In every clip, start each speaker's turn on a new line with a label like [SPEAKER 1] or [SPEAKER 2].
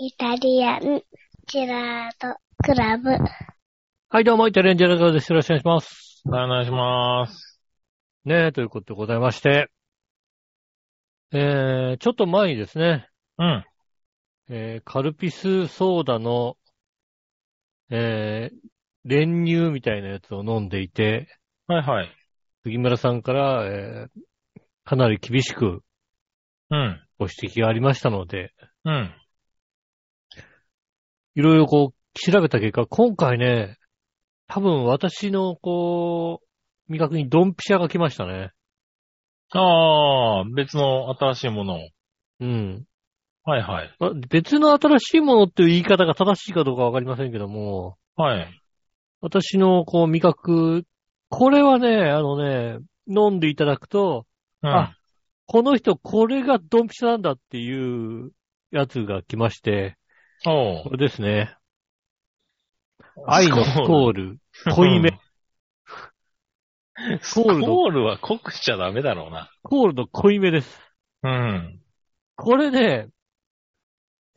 [SPEAKER 1] イタリアン、ジェラート、クラブ。
[SPEAKER 2] はい、どうも、イタリアンジェラートです。よろしくお願いします。
[SPEAKER 3] お願いします。
[SPEAKER 2] ねえ、ということでございまして、えー、ちょっと前にですね、
[SPEAKER 3] うん。
[SPEAKER 2] えー、カルピスソーダの、えー、練乳みたいなやつを飲んでいて、
[SPEAKER 3] はいはい。
[SPEAKER 2] 杉村さんから、えー、かなり厳しく
[SPEAKER 3] うん。
[SPEAKER 2] ご指摘がありましたので、
[SPEAKER 3] うん。
[SPEAKER 2] いろいろこう、調べた結果、今回ね、多分私の、こう、味覚にドンピシャが来ましたね。
[SPEAKER 3] ああ、別の新しいものを。
[SPEAKER 2] うん。
[SPEAKER 3] はいはい。
[SPEAKER 2] ま別の新しいものっていう言い方が正しいかどうかわかりませんけども、
[SPEAKER 3] はい。
[SPEAKER 2] 私のこう味覚、これはね、あのね、飲んでいただくと、
[SPEAKER 3] うん。
[SPEAKER 2] あこの人これがドンピシャなんだっていうやつが来まして、
[SPEAKER 3] お
[SPEAKER 2] こ
[SPEAKER 3] う。
[SPEAKER 2] れですね。愛のスコール、濃いめ、
[SPEAKER 3] スコール。スコールは濃くしちゃダメだろうな。
[SPEAKER 2] コールの濃いめです。
[SPEAKER 3] うん。
[SPEAKER 2] これね、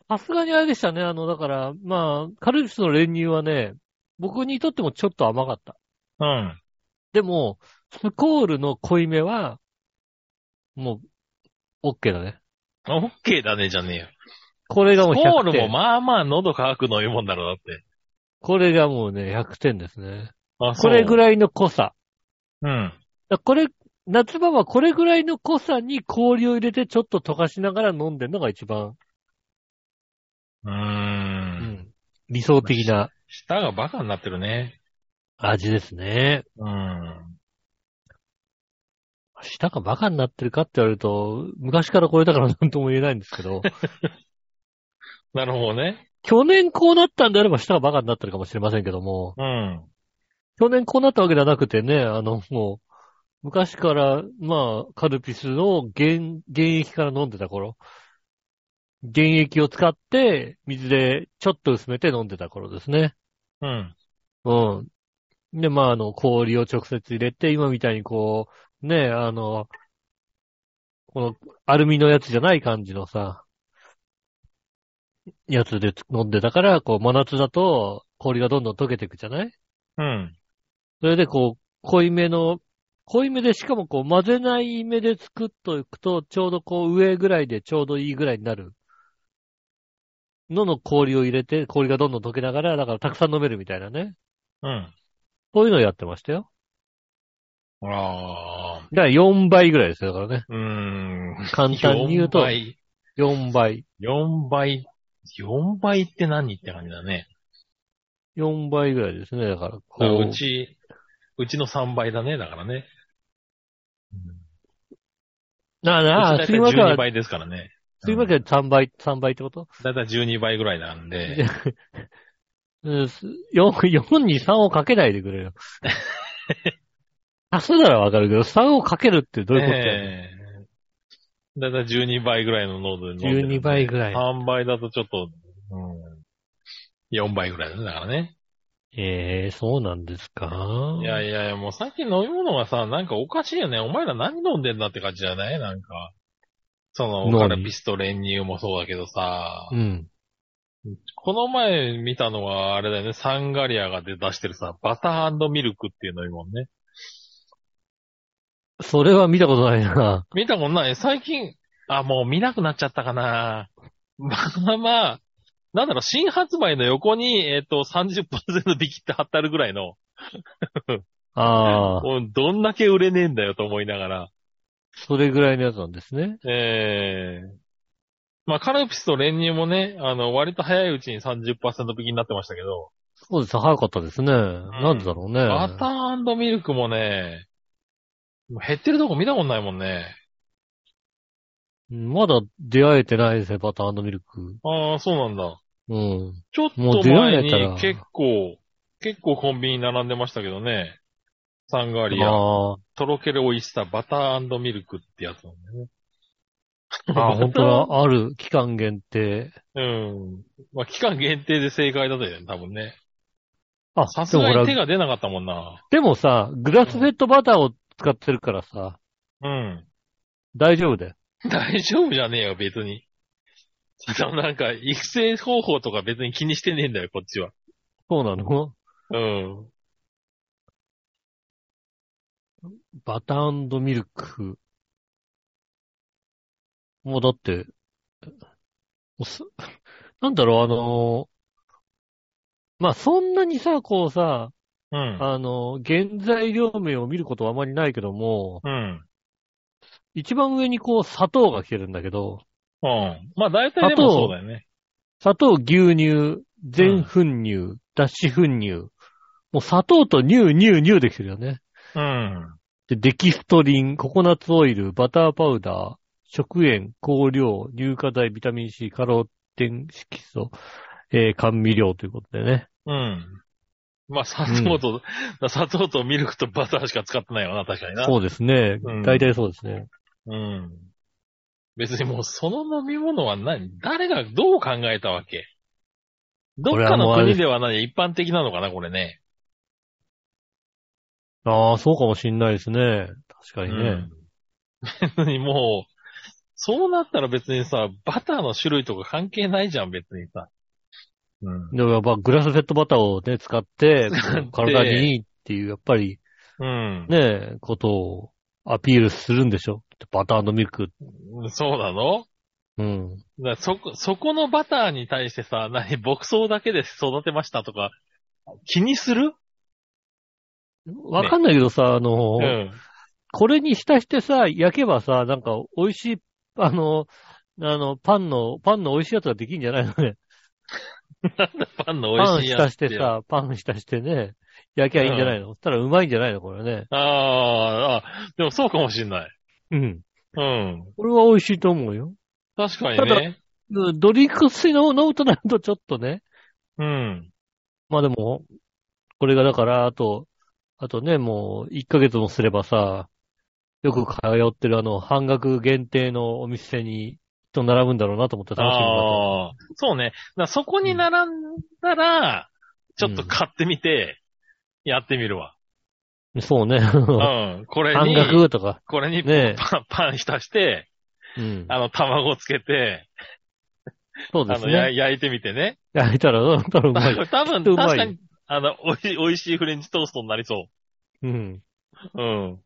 [SPEAKER 2] さすがにあれでしたね。あの、だから、まあ、カルピスの練乳はね、僕にとってもちょっと甘かった。
[SPEAKER 3] うん。
[SPEAKER 2] でも、スコールの濃いめは、もう、OK だね。
[SPEAKER 3] オッケーだねじゃねえよ。
[SPEAKER 2] これがもう
[SPEAKER 3] ス
[SPEAKER 2] 100点。
[SPEAKER 3] コールもまあまあ喉乾く飲み物だろうだって。
[SPEAKER 2] これがもうね、100点ですね。
[SPEAKER 3] あ、
[SPEAKER 2] これぐ
[SPEAKER 3] い。
[SPEAKER 2] らいの濃さ。
[SPEAKER 3] うん。
[SPEAKER 2] だこれ、夏場はこれぐらいの濃さに氷を入れてちょっと溶かしながら飲んでるのが一番、
[SPEAKER 3] うー。
[SPEAKER 2] うんん、理想的な
[SPEAKER 3] 舌がバカになってるね。
[SPEAKER 2] 味ですね。
[SPEAKER 3] うん。
[SPEAKER 2] 舌がバカになってるかって言われると、昔からこれだから何とも言えないんですけど、
[SPEAKER 3] なるほどね。
[SPEAKER 2] 去年こうなったんであれば舌がバカになってるかもしれませんけども、
[SPEAKER 3] うん。
[SPEAKER 2] 去年こうなったわけではなくてね、あの、もう、昔から、まあ、カルピスを原、原液から飲んでた頃、原液を使って、水でちょっと薄めて飲んでた頃ですね。
[SPEAKER 3] うん。
[SPEAKER 2] うん。で、まあ、あの、氷を直接入れて、今みたいにこう、ね、あの、この、アルミのやつじゃない感じのさ、やつで飲んでたから、こう、真夏だと氷がどんどん溶けていくじゃない
[SPEAKER 3] うん。
[SPEAKER 2] それでこう、濃いめの、濃いめでしかもこう、混ぜない目で作っといくと、ちょうどこう、上ぐらいでちょうどいいぐらいになる。のの氷を入れて、氷がどんどん溶けながら、だからたくさん飲めるみたいなね。
[SPEAKER 3] うん。
[SPEAKER 2] そういうのをやってましたよ。
[SPEAKER 3] ああ。
[SPEAKER 2] だから4倍ぐらいですよ、だからね。
[SPEAKER 3] うーん。
[SPEAKER 2] 簡単に言うと
[SPEAKER 3] 4倍
[SPEAKER 2] 4倍。
[SPEAKER 3] 4倍、4倍って何って感じだね。
[SPEAKER 2] 4倍ぐらいですね、だから。こ
[SPEAKER 3] うち、うちの3倍だね、だからね。
[SPEAKER 2] なあなあ、
[SPEAKER 3] うち
[SPEAKER 2] 杉
[SPEAKER 3] だ
[SPEAKER 2] 村
[SPEAKER 3] いた
[SPEAKER 2] 家
[SPEAKER 3] い12
[SPEAKER 2] は、
[SPEAKER 3] 倍ですからね。
[SPEAKER 2] 杉村家は3倍、3倍ってこと
[SPEAKER 3] だいたい12倍ぐらいなん
[SPEAKER 2] い
[SPEAKER 3] で
[SPEAKER 2] や。 うんす4、4に3をかけないでくれよ。足すならわかるけど、3をかけるってどういうことやねん
[SPEAKER 3] ええだいたい12倍ぐらいの濃度で飲んでるんで。
[SPEAKER 2] 12倍ぐらい。
[SPEAKER 3] 3倍だとちょっと、うん、4倍ぐらいだね、だからね。
[SPEAKER 2] ええそうなんですか
[SPEAKER 3] いやいやいや、もう最近飲み物がさ、なんかおかしいよね。お前ら何飲んでんだって感じじゃないなんか。その、
[SPEAKER 2] 何
[SPEAKER 3] カルピスと練乳もそうだけどさ。
[SPEAKER 2] うん。
[SPEAKER 3] この前見たのは、あれだよね、サンガリアが出してるさ、バターミルクっていう飲み物ね。
[SPEAKER 2] それは見たことないな。
[SPEAKER 3] 見たことない最近、あ、もう見なくなっちゃったかな。まあまあ、なんだろう、新発売の横に、えっ、と、30%で切って貼ってあるぐらいの、
[SPEAKER 2] ああ、
[SPEAKER 3] もうどんだけ売れねえんだよと思いながら。
[SPEAKER 2] それぐらいのやつなんですね。
[SPEAKER 3] ええまあ、カルピスと練乳もね、あの、割と早いうちに30%引きになってましたけど、
[SPEAKER 2] そうです。早かったですね。なんでだろうね。
[SPEAKER 3] バターミルクもね、減ってるとこ見たことないもんね。
[SPEAKER 2] まだ出会えてないですね、バターミルク。
[SPEAKER 3] ああ、そうなんだ。
[SPEAKER 2] うん。
[SPEAKER 3] ちょっ
[SPEAKER 2] も
[SPEAKER 3] と
[SPEAKER 2] う出会
[SPEAKER 3] 前
[SPEAKER 2] えたら
[SPEAKER 3] に結構、結構コンビニ並んでましたけどね。サンガリア、
[SPEAKER 2] あ
[SPEAKER 3] とろける美味しさ、バターミルクってやつなんだよね。
[SPEAKER 2] あ、ああ本当だ。ある期間限定。
[SPEAKER 3] うん。まあ、期間限定で正解だったよね、多分ね。
[SPEAKER 2] あ、
[SPEAKER 3] さす
[SPEAKER 2] でも
[SPEAKER 3] が
[SPEAKER 2] ほ
[SPEAKER 3] に
[SPEAKER 2] ら
[SPEAKER 3] 手、が出なかったもんな。
[SPEAKER 2] でもさ、グラスフェットバターを使ってるからさ、
[SPEAKER 3] うん。
[SPEAKER 2] 大丈夫だよ。
[SPEAKER 3] 大丈夫じゃねえよ、別に。そのなんか、育成方法とか別に気にしてねえんだよ、こっちは。
[SPEAKER 2] そうなの
[SPEAKER 3] うん。
[SPEAKER 2] バターミルク。もうだって、もうす なんだろう、あのまあ、そんなにさ、こうさ、
[SPEAKER 3] うん。
[SPEAKER 2] あの、原材料名を見ることはあまりないけども、
[SPEAKER 3] うん。
[SPEAKER 2] 一番上にこう砂糖が来てるんだけど、
[SPEAKER 3] うん。まあ大体でもそうだよね。
[SPEAKER 2] 砂糖、牛乳、全粉乳、脱脂粉乳。もう砂糖と乳、乳、乳できてるよね。
[SPEAKER 3] うん。
[SPEAKER 2] で、デキストリン、ココナッツオイル、バターパウダー、食塩、香料、乳化剤、ビタミン C、カロテン色素、えー甘味料ということでね。
[SPEAKER 3] うん。まあ砂糖と、砂糖とミルクとバターしか使ってないよな、確かにな。
[SPEAKER 2] そうですね
[SPEAKER 3] うん。
[SPEAKER 2] 大体そうですね。
[SPEAKER 3] うん。別にもうその飲み物は何誰がどう考えたわけどっかの国ではない一般的なのかなこれね。
[SPEAKER 2] ああ、そうかもしんないですね。確かにね。
[SPEAKER 3] うん 別にもう、そうなったら別にさ、バターの種類とか関係ないじゃん、別にさ。うん。
[SPEAKER 2] でもやっぱグラスフェットバターをね、使って、
[SPEAKER 3] 使っ
[SPEAKER 2] こ
[SPEAKER 3] て
[SPEAKER 2] う体にいいっていう、やっぱり、
[SPEAKER 3] うん。
[SPEAKER 2] ねえ、ことをアピールするんでしょバターミルク。
[SPEAKER 3] そうなの
[SPEAKER 2] うん。
[SPEAKER 3] だからそこ、そこのバターに対してさ、何、牧草だけで育てましたとか、気にする
[SPEAKER 2] わかんないけどさ、あの、
[SPEAKER 3] うん。
[SPEAKER 2] これに浸してさ、焼けばさ、なんか美味しい、あの、あの、パンの、パンの美味しいやつができんじゃないのね。
[SPEAKER 3] パンの美
[SPEAKER 2] パン
[SPEAKER 3] 味しいや
[SPEAKER 2] 浸し
[SPEAKER 3] つって
[SPEAKER 2] てさ、パン浸してね、焼きゃいいんじゃないの、そしたらうまいんじゃないのこれね。
[SPEAKER 3] あーあ、でもそうかもしんない。
[SPEAKER 2] うん。
[SPEAKER 3] うん。
[SPEAKER 2] これは美味しいと思うよ。
[SPEAKER 3] 確か
[SPEAKER 2] た
[SPEAKER 3] に
[SPEAKER 2] だ
[SPEAKER 3] ね。
[SPEAKER 2] ドリンク水の飲むとなるとちょっとね、
[SPEAKER 3] うん。
[SPEAKER 2] まあでも、これがだから、あと、あとね、もう、1ヶ月もすればさ、よく通ってるあの、半額限定のお店に、と並ぶんだろうなと思って楽しみだと。
[SPEAKER 3] ああ、そうね。だからそこに並んだら、ちょっと買ってみて、やってみるわ。
[SPEAKER 2] そうね。
[SPEAKER 3] うん。これ
[SPEAKER 2] 半
[SPEAKER 3] に、
[SPEAKER 2] 額とか、
[SPEAKER 3] これに
[SPEAKER 2] ね
[SPEAKER 3] パン パン浸して、
[SPEAKER 2] うん。
[SPEAKER 3] あの、卵つけて、
[SPEAKER 2] そうで
[SPEAKER 3] あ
[SPEAKER 2] す
[SPEAKER 3] の、や
[SPEAKER 2] ね。
[SPEAKER 3] 焼いてみてね。
[SPEAKER 2] 焼いたら、うん多分うまい。
[SPEAKER 3] 多分、
[SPEAKER 2] う
[SPEAKER 3] 確
[SPEAKER 2] まい
[SPEAKER 3] かに、あの、おいしい、おいしいフレンチトーストになりそ
[SPEAKER 2] うん。
[SPEAKER 3] う。うん。
[SPEAKER 2] きっ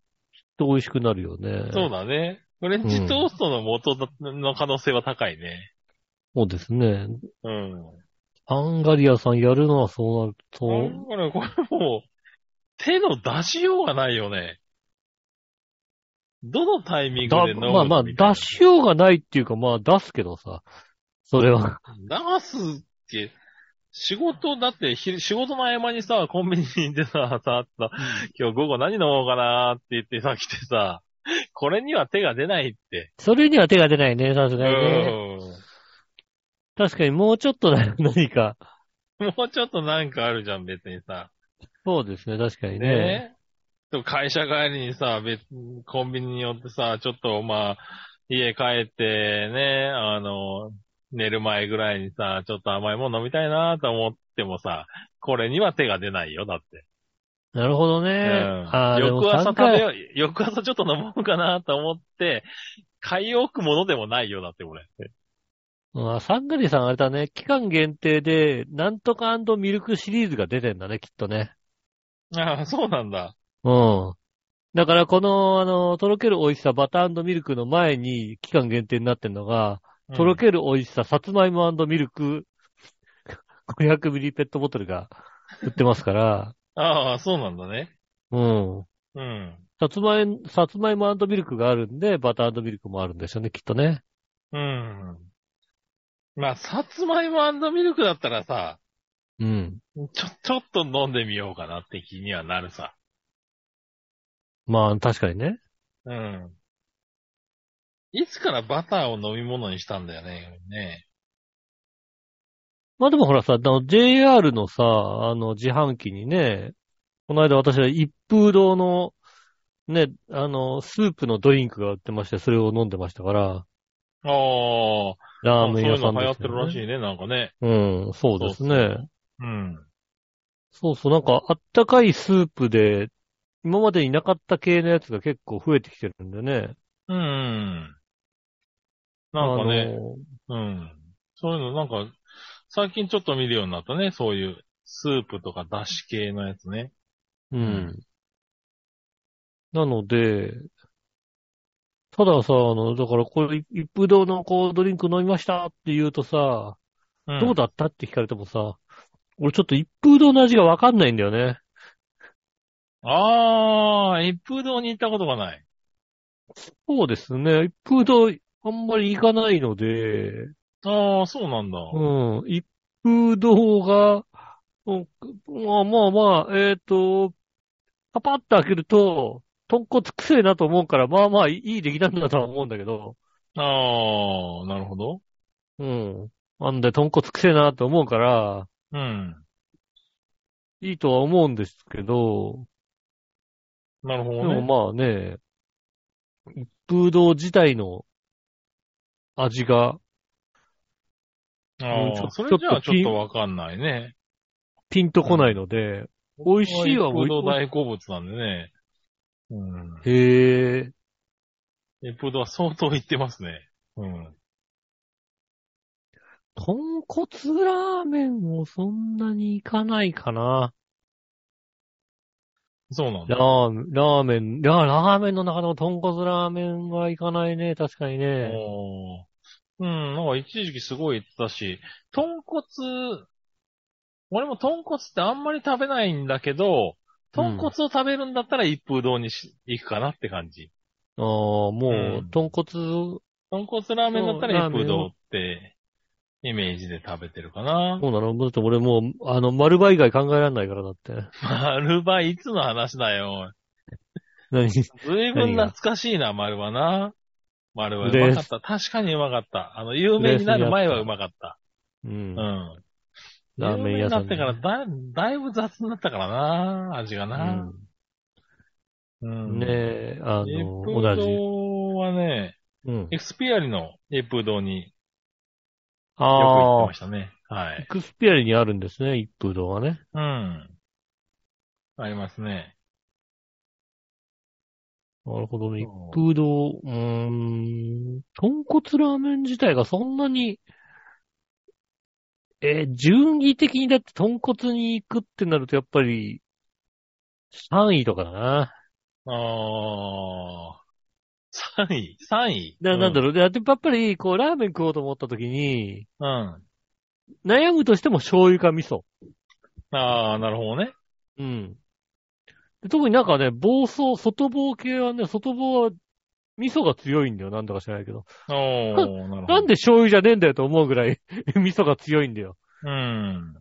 [SPEAKER 2] と美味しくなるよね。
[SPEAKER 3] そうだね。フレンチトーストの元だの可能性は高いね。
[SPEAKER 2] そうですね。
[SPEAKER 3] うん。
[SPEAKER 2] ハンガリアさんやるのはそうなると、
[SPEAKER 3] これ、これもう、手の出しようがないよね。どのタイミングで飲む
[SPEAKER 2] だまあまあ、出しようがないっていうか、まあ出すけどさ、それは。
[SPEAKER 3] 流すって、仕事、だってひ、仕事の合間にさ、コンビニでさ、さ、さ今日午後何飲もうかなって言ってさ、来てさ、これには手が出ないって。
[SPEAKER 2] それには手が出ないね、さす
[SPEAKER 3] う
[SPEAKER 2] がにね。
[SPEAKER 3] ん。
[SPEAKER 2] 確かにもうちょっとな何か。
[SPEAKER 3] もうちょっとなんかあるじゃん、別にさ。
[SPEAKER 2] そうですね、確かにね。
[SPEAKER 3] ねえ。会社帰りにさ、別、コンビニに寄ってさ、ちょっとまあ、家帰ってね、あの、寝る前ぐらいにさ、ちょっと甘いもの飲みたいなと思ってもさ、これには手が出ないよ、だって。
[SPEAKER 2] なるほどね。
[SPEAKER 3] うん
[SPEAKER 2] あーでも
[SPEAKER 3] 翌朝
[SPEAKER 2] 3
[SPEAKER 3] 食べ
[SPEAKER 2] 回
[SPEAKER 3] よう、翌朝ちょっと飲もうかなと思って、買い置くものでもないよ、だって、これ。
[SPEAKER 2] うんサンガリさんあれだね、期間限定で、なんとかミルクシリーズが出てんだね、きっとね。
[SPEAKER 3] ああ、そうなんだ。
[SPEAKER 2] うん。だからこの、あの、とろける美味しさ、バターミルクの前に期間限定になってんのが、
[SPEAKER 3] うん
[SPEAKER 2] とろける美味しさ、さつまいもミルク、500ミリペットボトルが売ってますから、
[SPEAKER 3] ああ、そうなんだね。
[SPEAKER 2] うん。
[SPEAKER 3] うん。
[SPEAKER 2] さつまい、さつまいもミルクがあるんで、バターミルクもあるんでしょうね、きっとね。
[SPEAKER 3] うん。まあ、さつまいもミルクだったらさ、
[SPEAKER 2] うん。
[SPEAKER 3] ちょ、ちょっと飲んでみようかなって気にはなるさ。
[SPEAKER 2] まあ、確かにね。
[SPEAKER 3] うん。いつからバターを飲み物にしたんだよね。ね
[SPEAKER 2] まあでもほらさ、あの JR のさ、あの自販機にね、この間私は一風堂の、ね、あの、スープのドリンクが売ってまして、それを飲んでましたから、
[SPEAKER 3] ああ、
[SPEAKER 2] ラー
[SPEAKER 3] そう
[SPEAKER 2] メン
[SPEAKER 3] い
[SPEAKER 2] 屋
[SPEAKER 3] う
[SPEAKER 2] さ
[SPEAKER 3] の
[SPEAKER 2] ん
[SPEAKER 3] 流
[SPEAKER 2] で
[SPEAKER 3] 行っ
[SPEAKER 2] す
[SPEAKER 3] て
[SPEAKER 2] よ
[SPEAKER 3] るらし
[SPEAKER 2] ね。
[SPEAKER 3] いね、なんかね。
[SPEAKER 2] うん、そうですね。
[SPEAKER 3] うん。
[SPEAKER 2] そうそう、なんかあったかいスープで、今までになかった系のやつが結構増えてきてるんでね。
[SPEAKER 3] うん。なんかね、
[SPEAKER 2] あの
[SPEAKER 3] うん。そういうのなんか、最近ちょっと見るようになったね。そういうスープとか出汁系のやつね。
[SPEAKER 2] うんん。なので、たださ、あの、だからこれ、一一風堂のこう、ドリンク飲みましたって言うとさ、
[SPEAKER 3] うん、
[SPEAKER 2] どうだったって聞かれてもさ、俺ちょっと一風堂の味がわかんないんだよね。
[SPEAKER 3] ああ、一風堂に行ったことがない。
[SPEAKER 2] そうですね。一風堂、あんまり行かないので、
[SPEAKER 3] ああ、そうなんだ。
[SPEAKER 2] うん。一風堂が、うんまあまあまあ、えっ、と、パパッと開けると、豚骨くせえなと思うから、まあまあいい出来なんだとは思うんだけど、
[SPEAKER 3] ああ、なるほど。
[SPEAKER 2] うん。なんで豚骨くせえなと思うから、
[SPEAKER 3] うん。
[SPEAKER 2] いいとは思うんですけど、
[SPEAKER 3] なるほ
[SPEAKER 2] で
[SPEAKER 3] どね。
[SPEAKER 2] もまあね、一風堂自体の味がうんち
[SPEAKER 3] あ
[SPEAKER 2] ょ
[SPEAKER 3] あ、それじゃあ
[SPEAKER 2] ち
[SPEAKER 3] ち
[SPEAKER 2] ょっと
[SPEAKER 3] ょっとわかんないね。
[SPEAKER 2] ピンとこないので、美味しいは
[SPEAKER 3] 一風堂
[SPEAKER 2] 美味し
[SPEAKER 3] 大好物なんでね。うん。
[SPEAKER 2] い。へえ、
[SPEAKER 3] 一風堂は相当行ってますね。うん。
[SPEAKER 2] 豚骨ラーメンもそんなにいかないかな。
[SPEAKER 3] そうなん
[SPEAKER 2] ラ
[SPEAKER 3] だ。
[SPEAKER 2] ーメン、ラーメン、ラーラーメンの中の豚骨ラーメンはいかないね、確かにね。
[SPEAKER 3] おーうん、なんか一時期すごい言ってたし、豚骨、俺も豚骨ってあんまり食べないんだけど、豚骨を食べるんだったら一風堂にし行くかなって感じ。
[SPEAKER 2] ああ、も
[SPEAKER 3] う
[SPEAKER 2] う、
[SPEAKER 3] ん
[SPEAKER 2] 豚骨、
[SPEAKER 3] 豚骨ラーメンだった
[SPEAKER 2] そうラー
[SPEAKER 3] ら一
[SPEAKER 2] メ
[SPEAKER 3] 風
[SPEAKER 2] ンを
[SPEAKER 3] 堂ってイメージで食べてるかな。
[SPEAKER 2] そうなのだって俺もう、あの、丸場以外考えられないからだって。
[SPEAKER 3] 丸場いつの話だよ。
[SPEAKER 2] 何
[SPEAKER 3] ずいぶん懐かしいな、丸場な。丸場うまかった。確かにうまかった。あの、有名になる前はうまかった。
[SPEAKER 2] う。
[SPEAKER 3] うんん。
[SPEAKER 2] ラーメン屋さん
[SPEAKER 3] 有名になってからだ、だいぶ雑になったからな、味がな。うん。
[SPEAKER 2] ねえ、あ
[SPEAKER 3] エ
[SPEAKER 2] の、
[SPEAKER 3] プ
[SPEAKER 2] 同じ。
[SPEAKER 3] 堂はね、
[SPEAKER 2] うん。
[SPEAKER 3] エクスピアリのエプ堂によく行って
[SPEAKER 2] ああ
[SPEAKER 3] ま、したね。は
[SPEAKER 2] エ
[SPEAKER 3] い。
[SPEAKER 2] クスピアリにあるんですね、一風堂がね。
[SPEAKER 3] うん。ありますね。
[SPEAKER 2] なるほどね。一
[SPEAKER 3] そう
[SPEAKER 2] 風堂、うーん、豚骨ラーメン自体がそんなに、えー順位的にだって豚骨に行くってなるとやっぱり、3位とかだな。
[SPEAKER 3] あー。3位 ?3 位
[SPEAKER 2] な、なんだ
[SPEAKER 3] ろ
[SPEAKER 2] ろう。でやっぱり、こう、ラーメン食おうと思った時に、
[SPEAKER 3] う。うん。
[SPEAKER 2] 悩むとしても醤油か味噌。
[SPEAKER 3] あー、なるほどね。
[SPEAKER 2] うん。で特になんかね、房総、外房系はね、外房は味噌が強いんだよ。なんだか知らないけど。
[SPEAKER 3] おー、なるほど。
[SPEAKER 2] なんで醤油じゃねえんだよと思うぐらい 味噌が強いんだよ。
[SPEAKER 3] うん。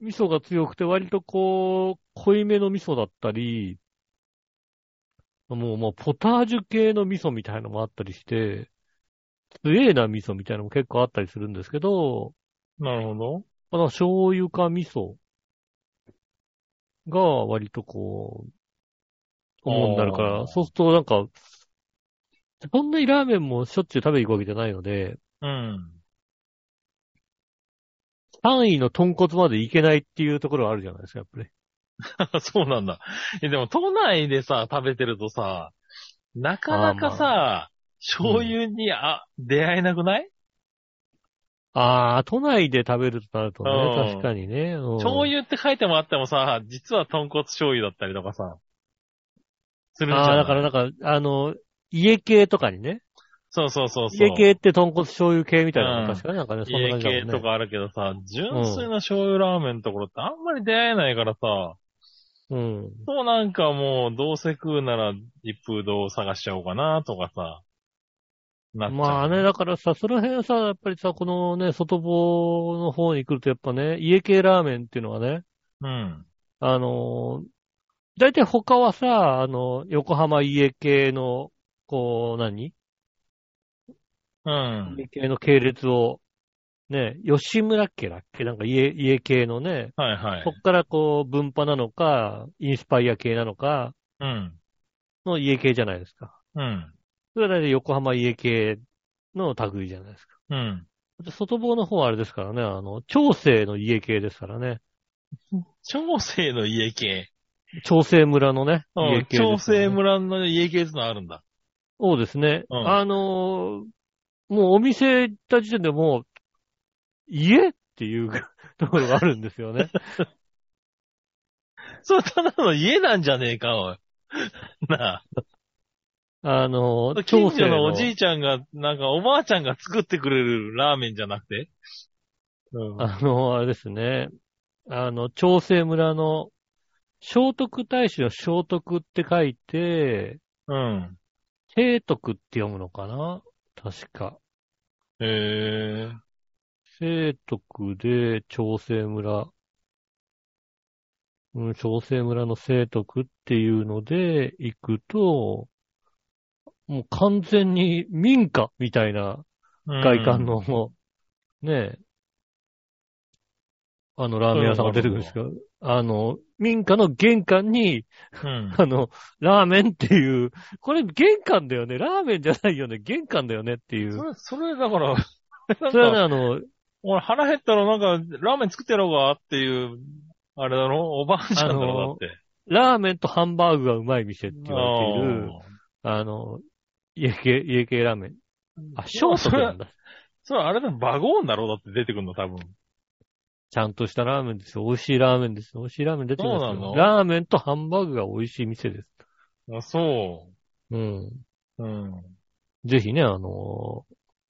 [SPEAKER 2] 味噌が強くて割とこう、濃いめの味噌だったり、もうもうポタージュ系の味噌みたいなのもあったりして、強えな味噌みたいなのも結構あったりするんですけど、
[SPEAKER 3] なるほど。
[SPEAKER 2] あの醤油か味噌が割とこう、主になるか
[SPEAKER 3] あー
[SPEAKER 2] ら、そうするとなんか、そんなにラーメンもしょっちゅう食べに行くわけじゃないので、
[SPEAKER 3] うん。
[SPEAKER 2] 3位の豚骨までいけないっていうところはあるじゃないですか、やっぱり。
[SPEAKER 3] そうなんだ。え、でも都内でさ、食べてるとさ、なかなかさ、醤油に、あ、出会えなくない
[SPEAKER 2] ああ、都内で食べるとなると
[SPEAKER 3] う
[SPEAKER 2] ね、
[SPEAKER 3] ん
[SPEAKER 2] 確かにね。うん
[SPEAKER 3] 醤油って書いてもあってもさ、実は豚骨醤油だったりとかさ、するじゃん。
[SPEAKER 2] ああ、だからなんか、あの、家系とかにね。
[SPEAKER 3] そうそうそうそう。
[SPEAKER 2] 家系って豚骨醤油系みたいな
[SPEAKER 3] うん
[SPEAKER 2] の確かになんかね、そんな
[SPEAKER 3] 家
[SPEAKER 2] 感じだもんね。
[SPEAKER 3] 系とかあるけどさ、純粋な醤油ラーメンのところってあんまり出会えないからさ、
[SPEAKER 2] うん。
[SPEAKER 3] そうなんかもう、どうせ食うなら一風堂を探しちゃおうかなとかさ、なっちゃう。
[SPEAKER 2] まあね、だからさ、その辺はさ、やっぱりさ、このね、外房の方に来るとやっぱね、家系ラーメンっていうのはね、
[SPEAKER 3] うん。
[SPEAKER 2] あのー、大体他はさ、あの、横浜家系の、こう、何
[SPEAKER 3] うん。
[SPEAKER 2] 家系の系列を、ね、吉村家だっけなんか家、家系のね、
[SPEAKER 3] はいはい
[SPEAKER 2] そ。っからこう、分派なのか、インスパイア系なのか、
[SPEAKER 3] うん。
[SPEAKER 2] の家系じゃないですか。
[SPEAKER 3] うん。
[SPEAKER 2] それは大体横浜家系の類じゃないですか。
[SPEAKER 3] うん。
[SPEAKER 2] で外房の方はあれですからね、あの、調整の家系ですからね。
[SPEAKER 3] 調整の家系。
[SPEAKER 2] 調整村のね、
[SPEAKER 3] う
[SPEAKER 2] 家
[SPEAKER 3] ん
[SPEAKER 2] 系です、ね。
[SPEAKER 3] 調整。村の家系ってのあるんだ。
[SPEAKER 2] そうですね。
[SPEAKER 3] うん
[SPEAKER 2] あのーもうお店行った時点でもう、家っていう ところがあるんですよね。
[SPEAKER 3] それただの家なんじゃねえか、おい。 な
[SPEAKER 2] あの
[SPEAKER 3] あ。、
[SPEAKER 2] 長
[SPEAKER 3] 近所
[SPEAKER 2] 生
[SPEAKER 3] のおじいちゃんが、なんかおばあちゃんが作ってくれるラーメンじゃなくて。うん。
[SPEAKER 2] あの、あれですね。あの、長生村の、聖徳太子の聖徳って書いて、
[SPEAKER 3] うん。
[SPEAKER 2] 聖徳って読むのかな確か。
[SPEAKER 3] へえ。
[SPEAKER 2] 聖徳で長生村。うん、長生村の聖徳っていうので行くと、もう完全に民家みたいな外観の、ねえ、あの、ラーメン屋さんが出てくるんですけど、あの、民家の玄関に、
[SPEAKER 3] うん。
[SPEAKER 2] あの、ラーメンっていう、これ玄関だよね、ラーメンじゃないよね、玄関だよねっていう
[SPEAKER 3] そ。れ、それだから、なん
[SPEAKER 2] それはね、
[SPEAKER 3] か
[SPEAKER 2] あの、
[SPEAKER 3] 俺腹減ったらなんか、ラーメン作ってやろうかっていう、あれだろおばあちゃんだ
[SPEAKER 2] あの
[SPEAKER 3] ろだって。
[SPEAKER 2] ラーメンとハンバーグがうまい店って言われている、
[SPEAKER 3] あー
[SPEAKER 2] あの、家系、家系ラーメン。あ、ショートなんだ。
[SPEAKER 3] それあれだ、バゴーンだろだって出てくるの、多分。
[SPEAKER 2] ちゃんとしたラーメンですよ。美味しいラーメンですよ。美味しいラーメン出てるんです
[SPEAKER 3] そうな
[SPEAKER 2] よ。
[SPEAKER 3] の
[SPEAKER 2] ラーメンとハンバーグが美味しい店です。
[SPEAKER 3] あそ
[SPEAKER 2] うん。
[SPEAKER 3] う。うん。
[SPEAKER 2] ぜひね、あの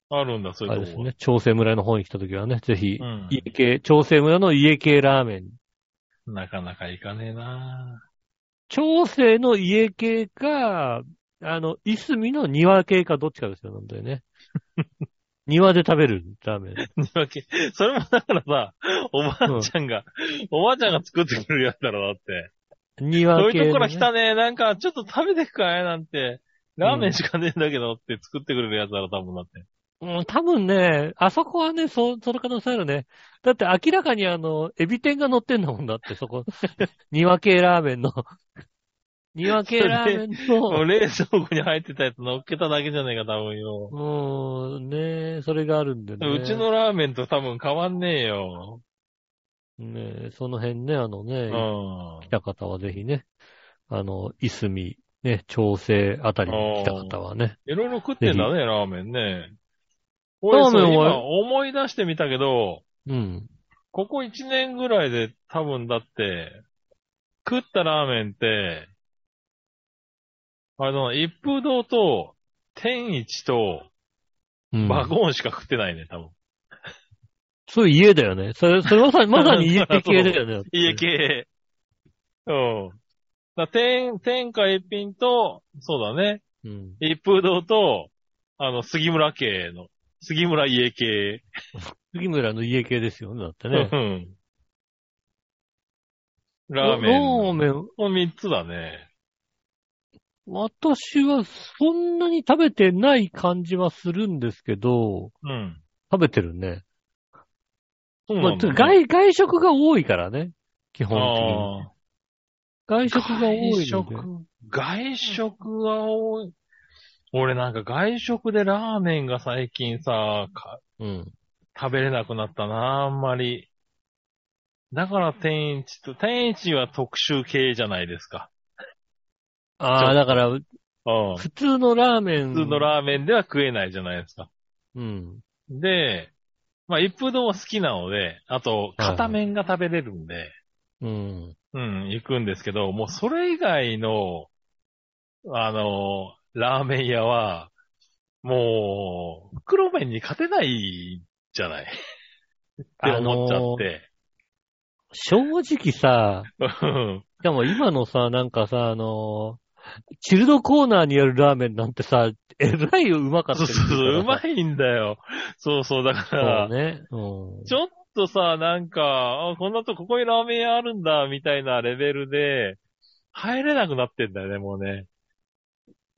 [SPEAKER 3] あるんだ、そう
[SPEAKER 2] あ
[SPEAKER 3] いう
[SPEAKER 2] れ
[SPEAKER 3] とこ
[SPEAKER 2] ですね、調整村の方に来た時はね、ぜひ、
[SPEAKER 3] うん
[SPEAKER 2] 家系、調整村の家系ラーメン。
[SPEAKER 3] なかなか行かねえな
[SPEAKER 2] 調整の家系か、あの、いすみの庭系かどっちかですよ、なんだよ ね。庭で食べるラーメン。
[SPEAKER 3] わけそれもだからさ、おばあちゃんが、おばあちゃんが作ってくれるやつだろ、だって。そう
[SPEAKER 2] 庭系、
[SPEAKER 3] いうところ来
[SPEAKER 2] ね。
[SPEAKER 3] たね、なんか、ちょっと食べてくかいなんて、ラーメンしかねえんだけどって作ってくれるやつだろ、多分だって。
[SPEAKER 2] うん、多分ね、あそこはね、そ、その可能性あるね。だって明らかにあの、エビ天が乗ってんだもんだって、そ こ。庭系ラーメンの。庭系ラーメン
[SPEAKER 3] もう
[SPEAKER 2] の、
[SPEAKER 3] 冷蔵庫に入ってたやつ乗っけただけじゃねえか、多分よ。
[SPEAKER 2] うーん、ねそれがあるんでね。
[SPEAKER 3] うちのラーメンと多分変わんねえよ。
[SPEAKER 2] ねその辺ね、あのね、
[SPEAKER 3] うん。
[SPEAKER 2] 来た方はぜひね、あの、いすみ、ね、調整あたりに来た方はね。
[SPEAKER 3] いろいろ食ってんだね、ラーメンね。
[SPEAKER 2] ラーメンは
[SPEAKER 3] 俺そう今思い出してみたけど、
[SPEAKER 2] うん。
[SPEAKER 3] ここ1年ぐらいで多分だって、食ったラーメンって、あの、一風堂と、天一と、
[SPEAKER 2] うん、
[SPEAKER 3] バゴンしか食ってないね、多分。
[SPEAKER 2] そういう家だよね。それ、それまさに、まさに家系だよ ね。
[SPEAKER 3] 家。系。うん。だ天、天下一品と、そうだね。
[SPEAKER 2] うん。
[SPEAKER 3] 一風堂と、あの、杉村系の、杉村家系。
[SPEAKER 2] 杉村の家系ですよね、だって
[SPEAKER 3] う
[SPEAKER 2] ね。
[SPEAKER 3] ん。ラーメン。
[SPEAKER 2] ラーメン、
[SPEAKER 3] この三つだね。
[SPEAKER 2] 私はそんなに食べてない感じはするんですけど、
[SPEAKER 3] うん。
[SPEAKER 2] 食べてるね。
[SPEAKER 3] そう
[SPEAKER 2] ま
[SPEAKER 3] な
[SPEAKER 2] あ、
[SPEAKER 3] んだね、
[SPEAKER 2] 外、外食が多いからね。基本的に。
[SPEAKER 3] ああ
[SPEAKER 2] 外食が多いので。
[SPEAKER 3] 外食。外食は多い。俺なんか外食でラーメンが最近さ、か
[SPEAKER 2] うん。
[SPEAKER 3] 食べれなくなったな、あんまり。だから天一と、天一は特集系じゃないですか。
[SPEAKER 2] ああ、だから、
[SPEAKER 3] うん。
[SPEAKER 2] 普通のラーメン。
[SPEAKER 3] 普通のラーメンでは食えないじゃないですか。
[SPEAKER 2] うん。
[SPEAKER 3] で、まあ一風堂は好きなので、あと、片面が食べれるんで、
[SPEAKER 2] うん。
[SPEAKER 3] うん、行くんですけど、もうそれ以外の、あの、ラーメン屋は、もう、袋麺に勝てないじゃない。って思っちゃって。
[SPEAKER 2] 正直さ、
[SPEAKER 3] うん
[SPEAKER 2] しかも今のさ、なんかさ、あのーチルドコーナーにやるラーメンなんてさ、えらいうまかった
[SPEAKER 3] そう
[SPEAKER 2] りす
[SPEAKER 3] そ
[SPEAKER 2] る
[SPEAKER 3] うそ
[SPEAKER 2] か
[SPEAKER 3] う、
[SPEAKER 2] ら
[SPEAKER 3] うまいんだよ。そうそう、だか
[SPEAKER 2] さ
[SPEAKER 3] ら、
[SPEAKER 2] そうね。うん。
[SPEAKER 3] ちょっとさ、なんか、あこんなとここにラーメン屋あるんだ、みたいなレベルで、入れなくなってんだよね、もうね。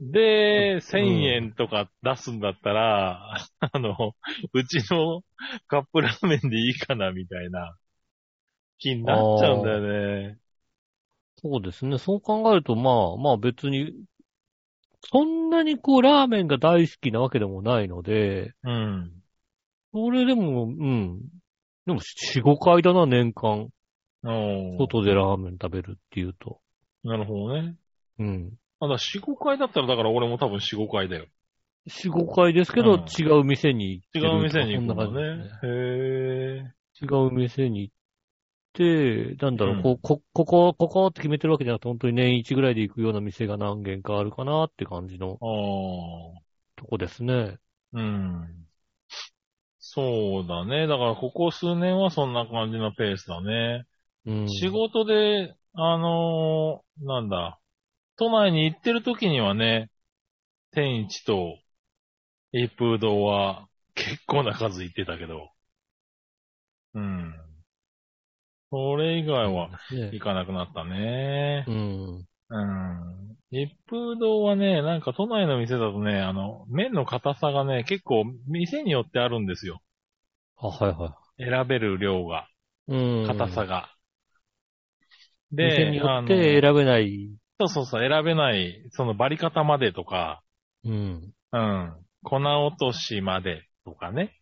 [SPEAKER 3] で、1000円とか出すんだったら、 あの、うちのカップラーメンでいいかな、みたいな気になっちゃうんだよね。
[SPEAKER 2] そうですね。そう考えると、まあ、まあ別に、そんなにこう、ラーメンが大好きなわけでもないので、
[SPEAKER 3] うん。
[SPEAKER 2] それでも、うん。でも、4、5回だな、年間。
[SPEAKER 3] おー
[SPEAKER 2] 外でラーメン食べるっていうと。
[SPEAKER 3] なるほどね。
[SPEAKER 2] うん。
[SPEAKER 3] あ、だから4、5回だったら、だから俺も多分4、5回だよ。
[SPEAKER 2] 4、5回ですけど、
[SPEAKER 3] うん
[SPEAKER 2] 違う店に
[SPEAKER 3] 違
[SPEAKER 2] 行ってる
[SPEAKER 3] う店に行
[SPEAKER 2] そん
[SPEAKER 3] く
[SPEAKER 2] な
[SPEAKER 3] の
[SPEAKER 2] 感じです
[SPEAKER 3] ね。へえ。
[SPEAKER 2] 違う店に行って、なんだろう、
[SPEAKER 3] うん
[SPEAKER 2] ここ、ここ、ここって決めてるわけじゃなくて、本当に年一ぐらいで行くような店が何軒かあるかなって感じの
[SPEAKER 3] ああ。
[SPEAKER 2] とこですね。
[SPEAKER 3] うん。そうだね。だから、ここ数年はそんな感じのペースだね。
[SPEAKER 2] うん。
[SPEAKER 3] 仕事で、あのーなんだ、都内に行ってる時にはね、天一と一風堂は結構な数行ってたけど。うん。それ以外は
[SPEAKER 2] ね
[SPEAKER 3] 行かなくなったね
[SPEAKER 2] う。ん。
[SPEAKER 3] うん。一風堂はね、なんか都内の店だとね、あの、麺の硬さがね、結構店によってあるんですよ。
[SPEAKER 2] あ、はいは
[SPEAKER 3] 選べる量が、
[SPEAKER 2] い。うん。
[SPEAKER 3] 硬さが。
[SPEAKER 2] 店によって
[SPEAKER 3] あの
[SPEAKER 2] 選べない。
[SPEAKER 3] そうそうそう、選べない、そのバリ方までとか、
[SPEAKER 2] うん。
[SPEAKER 3] うん。粉落としまでとかね。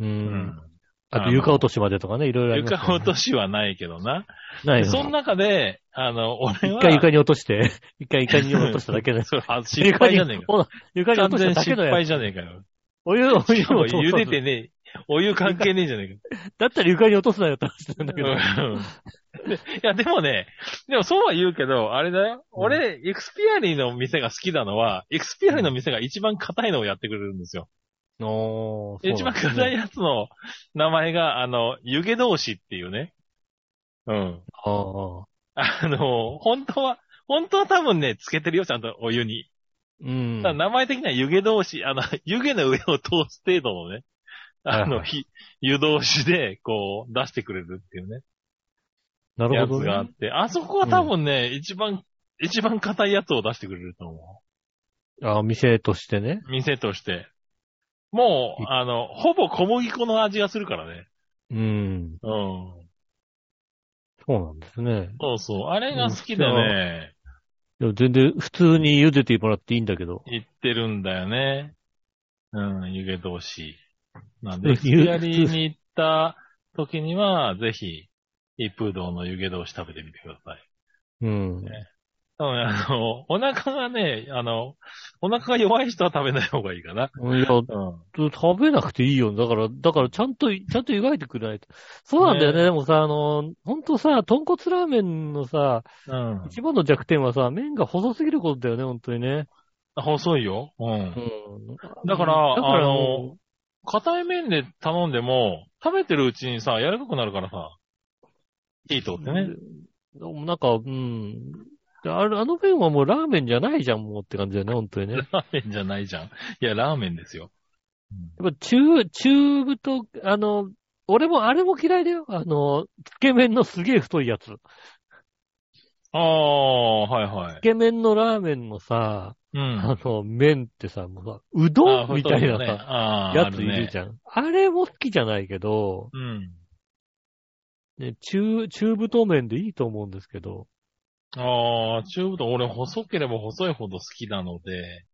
[SPEAKER 2] う。。
[SPEAKER 3] うん
[SPEAKER 2] あと、床落としまでとかね、いろいろあります、ね。
[SPEAKER 3] 床落としはないけどな。
[SPEAKER 2] し。ない
[SPEAKER 3] で
[SPEAKER 2] の
[SPEAKER 3] その中で、あの、俺は。。
[SPEAKER 2] 一回床に落として、 一回床に落としただけで
[SPEAKER 3] そうあ失
[SPEAKER 2] 床
[SPEAKER 3] 敗
[SPEAKER 2] に
[SPEAKER 3] じゃねえか。
[SPEAKER 2] ほら床に落としただ
[SPEAKER 3] 完全
[SPEAKER 2] け
[SPEAKER 3] 失
[SPEAKER 2] のや
[SPEAKER 3] 敗
[SPEAKER 2] つ。
[SPEAKER 3] じゃねえかよ。
[SPEAKER 2] お湯を、お湯
[SPEAKER 3] しかも
[SPEAKER 2] を
[SPEAKER 3] 茹で
[SPEAKER 2] 落と
[SPEAKER 3] て
[SPEAKER 2] す。
[SPEAKER 3] ねえ。お湯関係ねえじゃねえか。
[SPEAKER 2] だったら床に落とすなよって話なんだけど。
[SPEAKER 3] うんでいや、でもね、でもそうは言うけど、あれだよ。俺、エクスピアリーの店が好きなのは、エクスピアリーの店が一番硬いのをやってくれるんですよ。
[SPEAKER 2] お
[SPEAKER 3] 一番硬いやつの名前が、あの、湯気同士っていうね。うん。
[SPEAKER 2] ああ。
[SPEAKER 3] あの、本当は、本当は多分ね、つけてるよ、ちゃんとお湯に。
[SPEAKER 2] うん。
[SPEAKER 3] ただ名前的には湯気同士、あの、 湯気の上を通す程度のね、あ
[SPEAKER 2] はい
[SPEAKER 3] の、
[SPEAKER 2] はい
[SPEAKER 3] ひ湯通しで、こう、出してくれるっていうね。
[SPEAKER 2] なる
[SPEAKER 3] やつ
[SPEAKER 2] ほど、
[SPEAKER 3] があっ
[SPEAKER 2] ね。
[SPEAKER 3] て、あそこは多分ね、一番、一番硬いやつを出してくれると思
[SPEAKER 2] あ店としてね。
[SPEAKER 3] う。店として。もう、あの、ほぼ小麦粉の味がするからね。
[SPEAKER 2] うん。
[SPEAKER 3] うん。
[SPEAKER 2] そうなんですね。
[SPEAKER 3] そうそう。あれが好きで
[SPEAKER 2] うん
[SPEAKER 3] ね、
[SPEAKER 2] いや全然、普通に茹でてもらっていいんだけど。
[SPEAKER 3] 言ってるんだよね。うん、湯気同士。なん
[SPEAKER 2] う
[SPEAKER 3] で、
[SPEAKER 2] ん
[SPEAKER 3] スペアリーに行った時には、ぜひ、一風堂の湯気同士食べてみてください。
[SPEAKER 2] うん。
[SPEAKER 3] 多分ねあの、お腹がね、あの、お腹が弱い人は食べない方がいいかな。
[SPEAKER 2] いや、
[SPEAKER 3] うん。
[SPEAKER 2] 食べなくていいよ。だから、だから、ちゃんと、ちゃんと湯がいてくれないと。そうなんだよね。
[SPEAKER 3] ね
[SPEAKER 2] でもさ、あの、ほんとさ、豚骨ラーメンのさ、
[SPEAKER 3] うん。
[SPEAKER 2] 一番の弱点はさ、麺が細すぎることだよね、本当にね。
[SPEAKER 3] 細いよ。う。
[SPEAKER 2] うんん。
[SPEAKER 3] だから
[SPEAKER 2] だから
[SPEAKER 3] あの
[SPEAKER 2] もう
[SPEAKER 3] 硬い麺で頼んでも、食べてるうちにさ、柔らかくなるからさ、火通ってね。
[SPEAKER 2] うんなんか、うん。あれあの麺はもうラーメンじゃないじゃん、もうって感じだよね、本当 にね。
[SPEAKER 3] ラーメンじゃないじゃん。いや、ラーメンですよ。
[SPEAKER 2] やっぱ中、中太、あの、俺もあれも嫌いだよ。あの、つけ麺のすげえ太いやつ。つ
[SPEAKER 3] ああ、はいはい。
[SPEAKER 2] け麺のラーメンのさ、
[SPEAKER 3] うん。
[SPEAKER 2] あの、麺ってさ、もうさ、うどんみたいなさ、
[SPEAKER 3] あ
[SPEAKER 2] やついるじ
[SPEAKER 3] ゃん。
[SPEAKER 2] ゃん。あれも好きじゃないけど、
[SPEAKER 3] うん。
[SPEAKER 2] ね、中、中太麺でいいと思うんですけど、
[SPEAKER 3] ああ、中太、俺細ければ細いほど好きなので、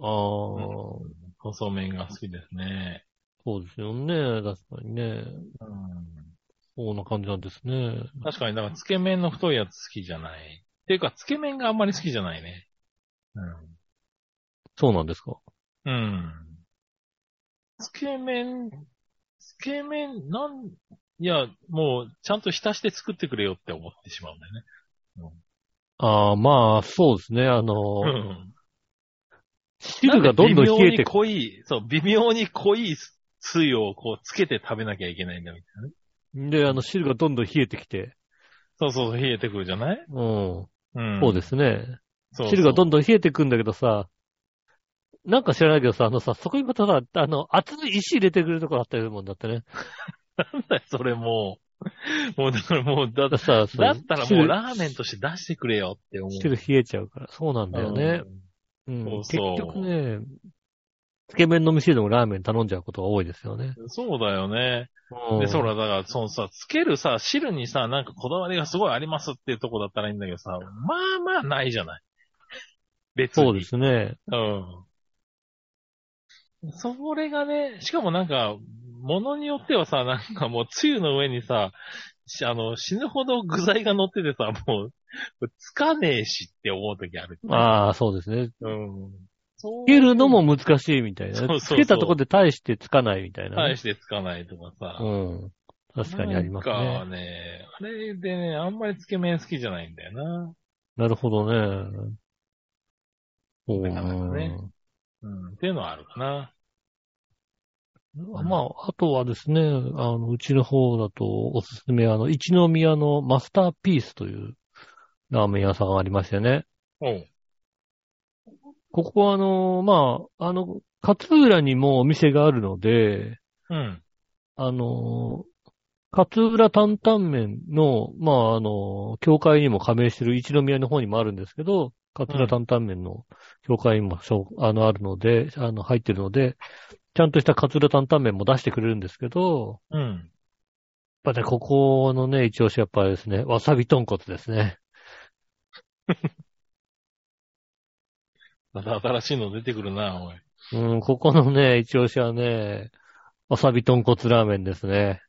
[SPEAKER 2] あー、
[SPEAKER 3] 細麺が好きですね。
[SPEAKER 2] そうですよね、確かにね。
[SPEAKER 3] うん。
[SPEAKER 2] そんな感じなんですね。
[SPEAKER 3] 確かに、だから、つけ麺の太いやつ好きじゃない。っていうか、つけ麺があんまり好きじゃないね。うん。
[SPEAKER 2] そうなんですか。
[SPEAKER 3] うん。つけ麺、つけ麺、なん、いや、もう、ちゃんと浸して作ってくれよって思ってしまうんだ
[SPEAKER 2] ああ、まあ、そうですね。あの、
[SPEAKER 3] よね。
[SPEAKER 2] 汁がどんどん冷えて
[SPEAKER 3] 微妙に濃い、そう、微妙に濃いつゆをこう、つけて食べなきゃいけないんだみたいなね。
[SPEAKER 2] で、あの、汁がどんどん冷えてきて、
[SPEAKER 3] そうそう、冷えてくるじゃない
[SPEAKER 2] うん。
[SPEAKER 3] うん。。
[SPEAKER 2] そうですすね。
[SPEAKER 3] そう
[SPEAKER 2] 汁がどん
[SPEAKER 3] どん。
[SPEAKER 2] どん冷えてくんだけどさ、なんか知らないけどさ、あのさ、そこにまたさ、あの、熱い石入れてくれるとこあったようなもんだってね。
[SPEAKER 3] なんだよ、それもう。もう、だからもう、だ
[SPEAKER 2] だってさ、
[SPEAKER 3] だったらもう
[SPEAKER 2] ラ
[SPEAKER 3] ラーメンとして出してくれよって思う。
[SPEAKER 2] 汁汁冷えちゃうから。そうなんだよね。うん。
[SPEAKER 3] そうそう
[SPEAKER 2] 結局ね、つけ麺の店でもラーメン頼んじゃうことが多いですよね。
[SPEAKER 3] うんそうだよね。
[SPEAKER 2] う
[SPEAKER 3] で、
[SPEAKER 2] ん
[SPEAKER 3] そら、だから、そのさ、つけるさ、汁にさ、なんかこだわりがすごいありますっていうとこだったらいいんだけどさ、まあまあないじゃない。別に。
[SPEAKER 2] そうですね。
[SPEAKER 3] うん。それがね、しかもなんか、ものによってはさ、なんかもう、つゆの上にさ、しあの、死ぬほど具材が乗っててさ、もう、つかねえしって思う時ある。
[SPEAKER 2] ああ、そうですね。
[SPEAKER 3] うん。そう。
[SPEAKER 2] つけるのも難しいみたい
[SPEAKER 3] そうそう
[SPEAKER 2] な。つ
[SPEAKER 3] そう
[SPEAKER 2] けたとこで大してつかないみたいなね。
[SPEAKER 3] 大してつかないとかさ。
[SPEAKER 2] うん。確かにあります
[SPEAKER 3] なんか
[SPEAKER 2] ね。
[SPEAKER 3] ね、あれでね、あんまりつけ麺好きじゃないんだよな。
[SPEAKER 2] なるほどね。そう
[SPEAKER 3] なかなかね
[SPEAKER 2] ね。
[SPEAKER 3] うん。っていうのはあるかな。
[SPEAKER 2] まあ、あとはですね、あの、うちの方だとおすすめ、あの、一宮のマスターピースというラーメン屋さんがありましてね。
[SPEAKER 3] おう。
[SPEAKER 2] ここはあの、まあ、あの、勝浦にもお店があるので、
[SPEAKER 3] うん。
[SPEAKER 2] あの、勝浦担々麺の、まあ、あの、協会にも加盟してる一宮の方にもあるんですけど、勝浦担々麺の協会にもしょ、あの、あるので、あの、入ってるので、ちゃんとした勝浦担々麺も出してくれるんですけど、
[SPEAKER 3] うん。
[SPEAKER 2] やっぱね、ここのね、一押しやっぱりですね、わさび豚骨ですね。
[SPEAKER 3] また新しいの出てくるな、おい。
[SPEAKER 2] うん、ここのね、一押しはね、わさび豚骨ラーメンですね。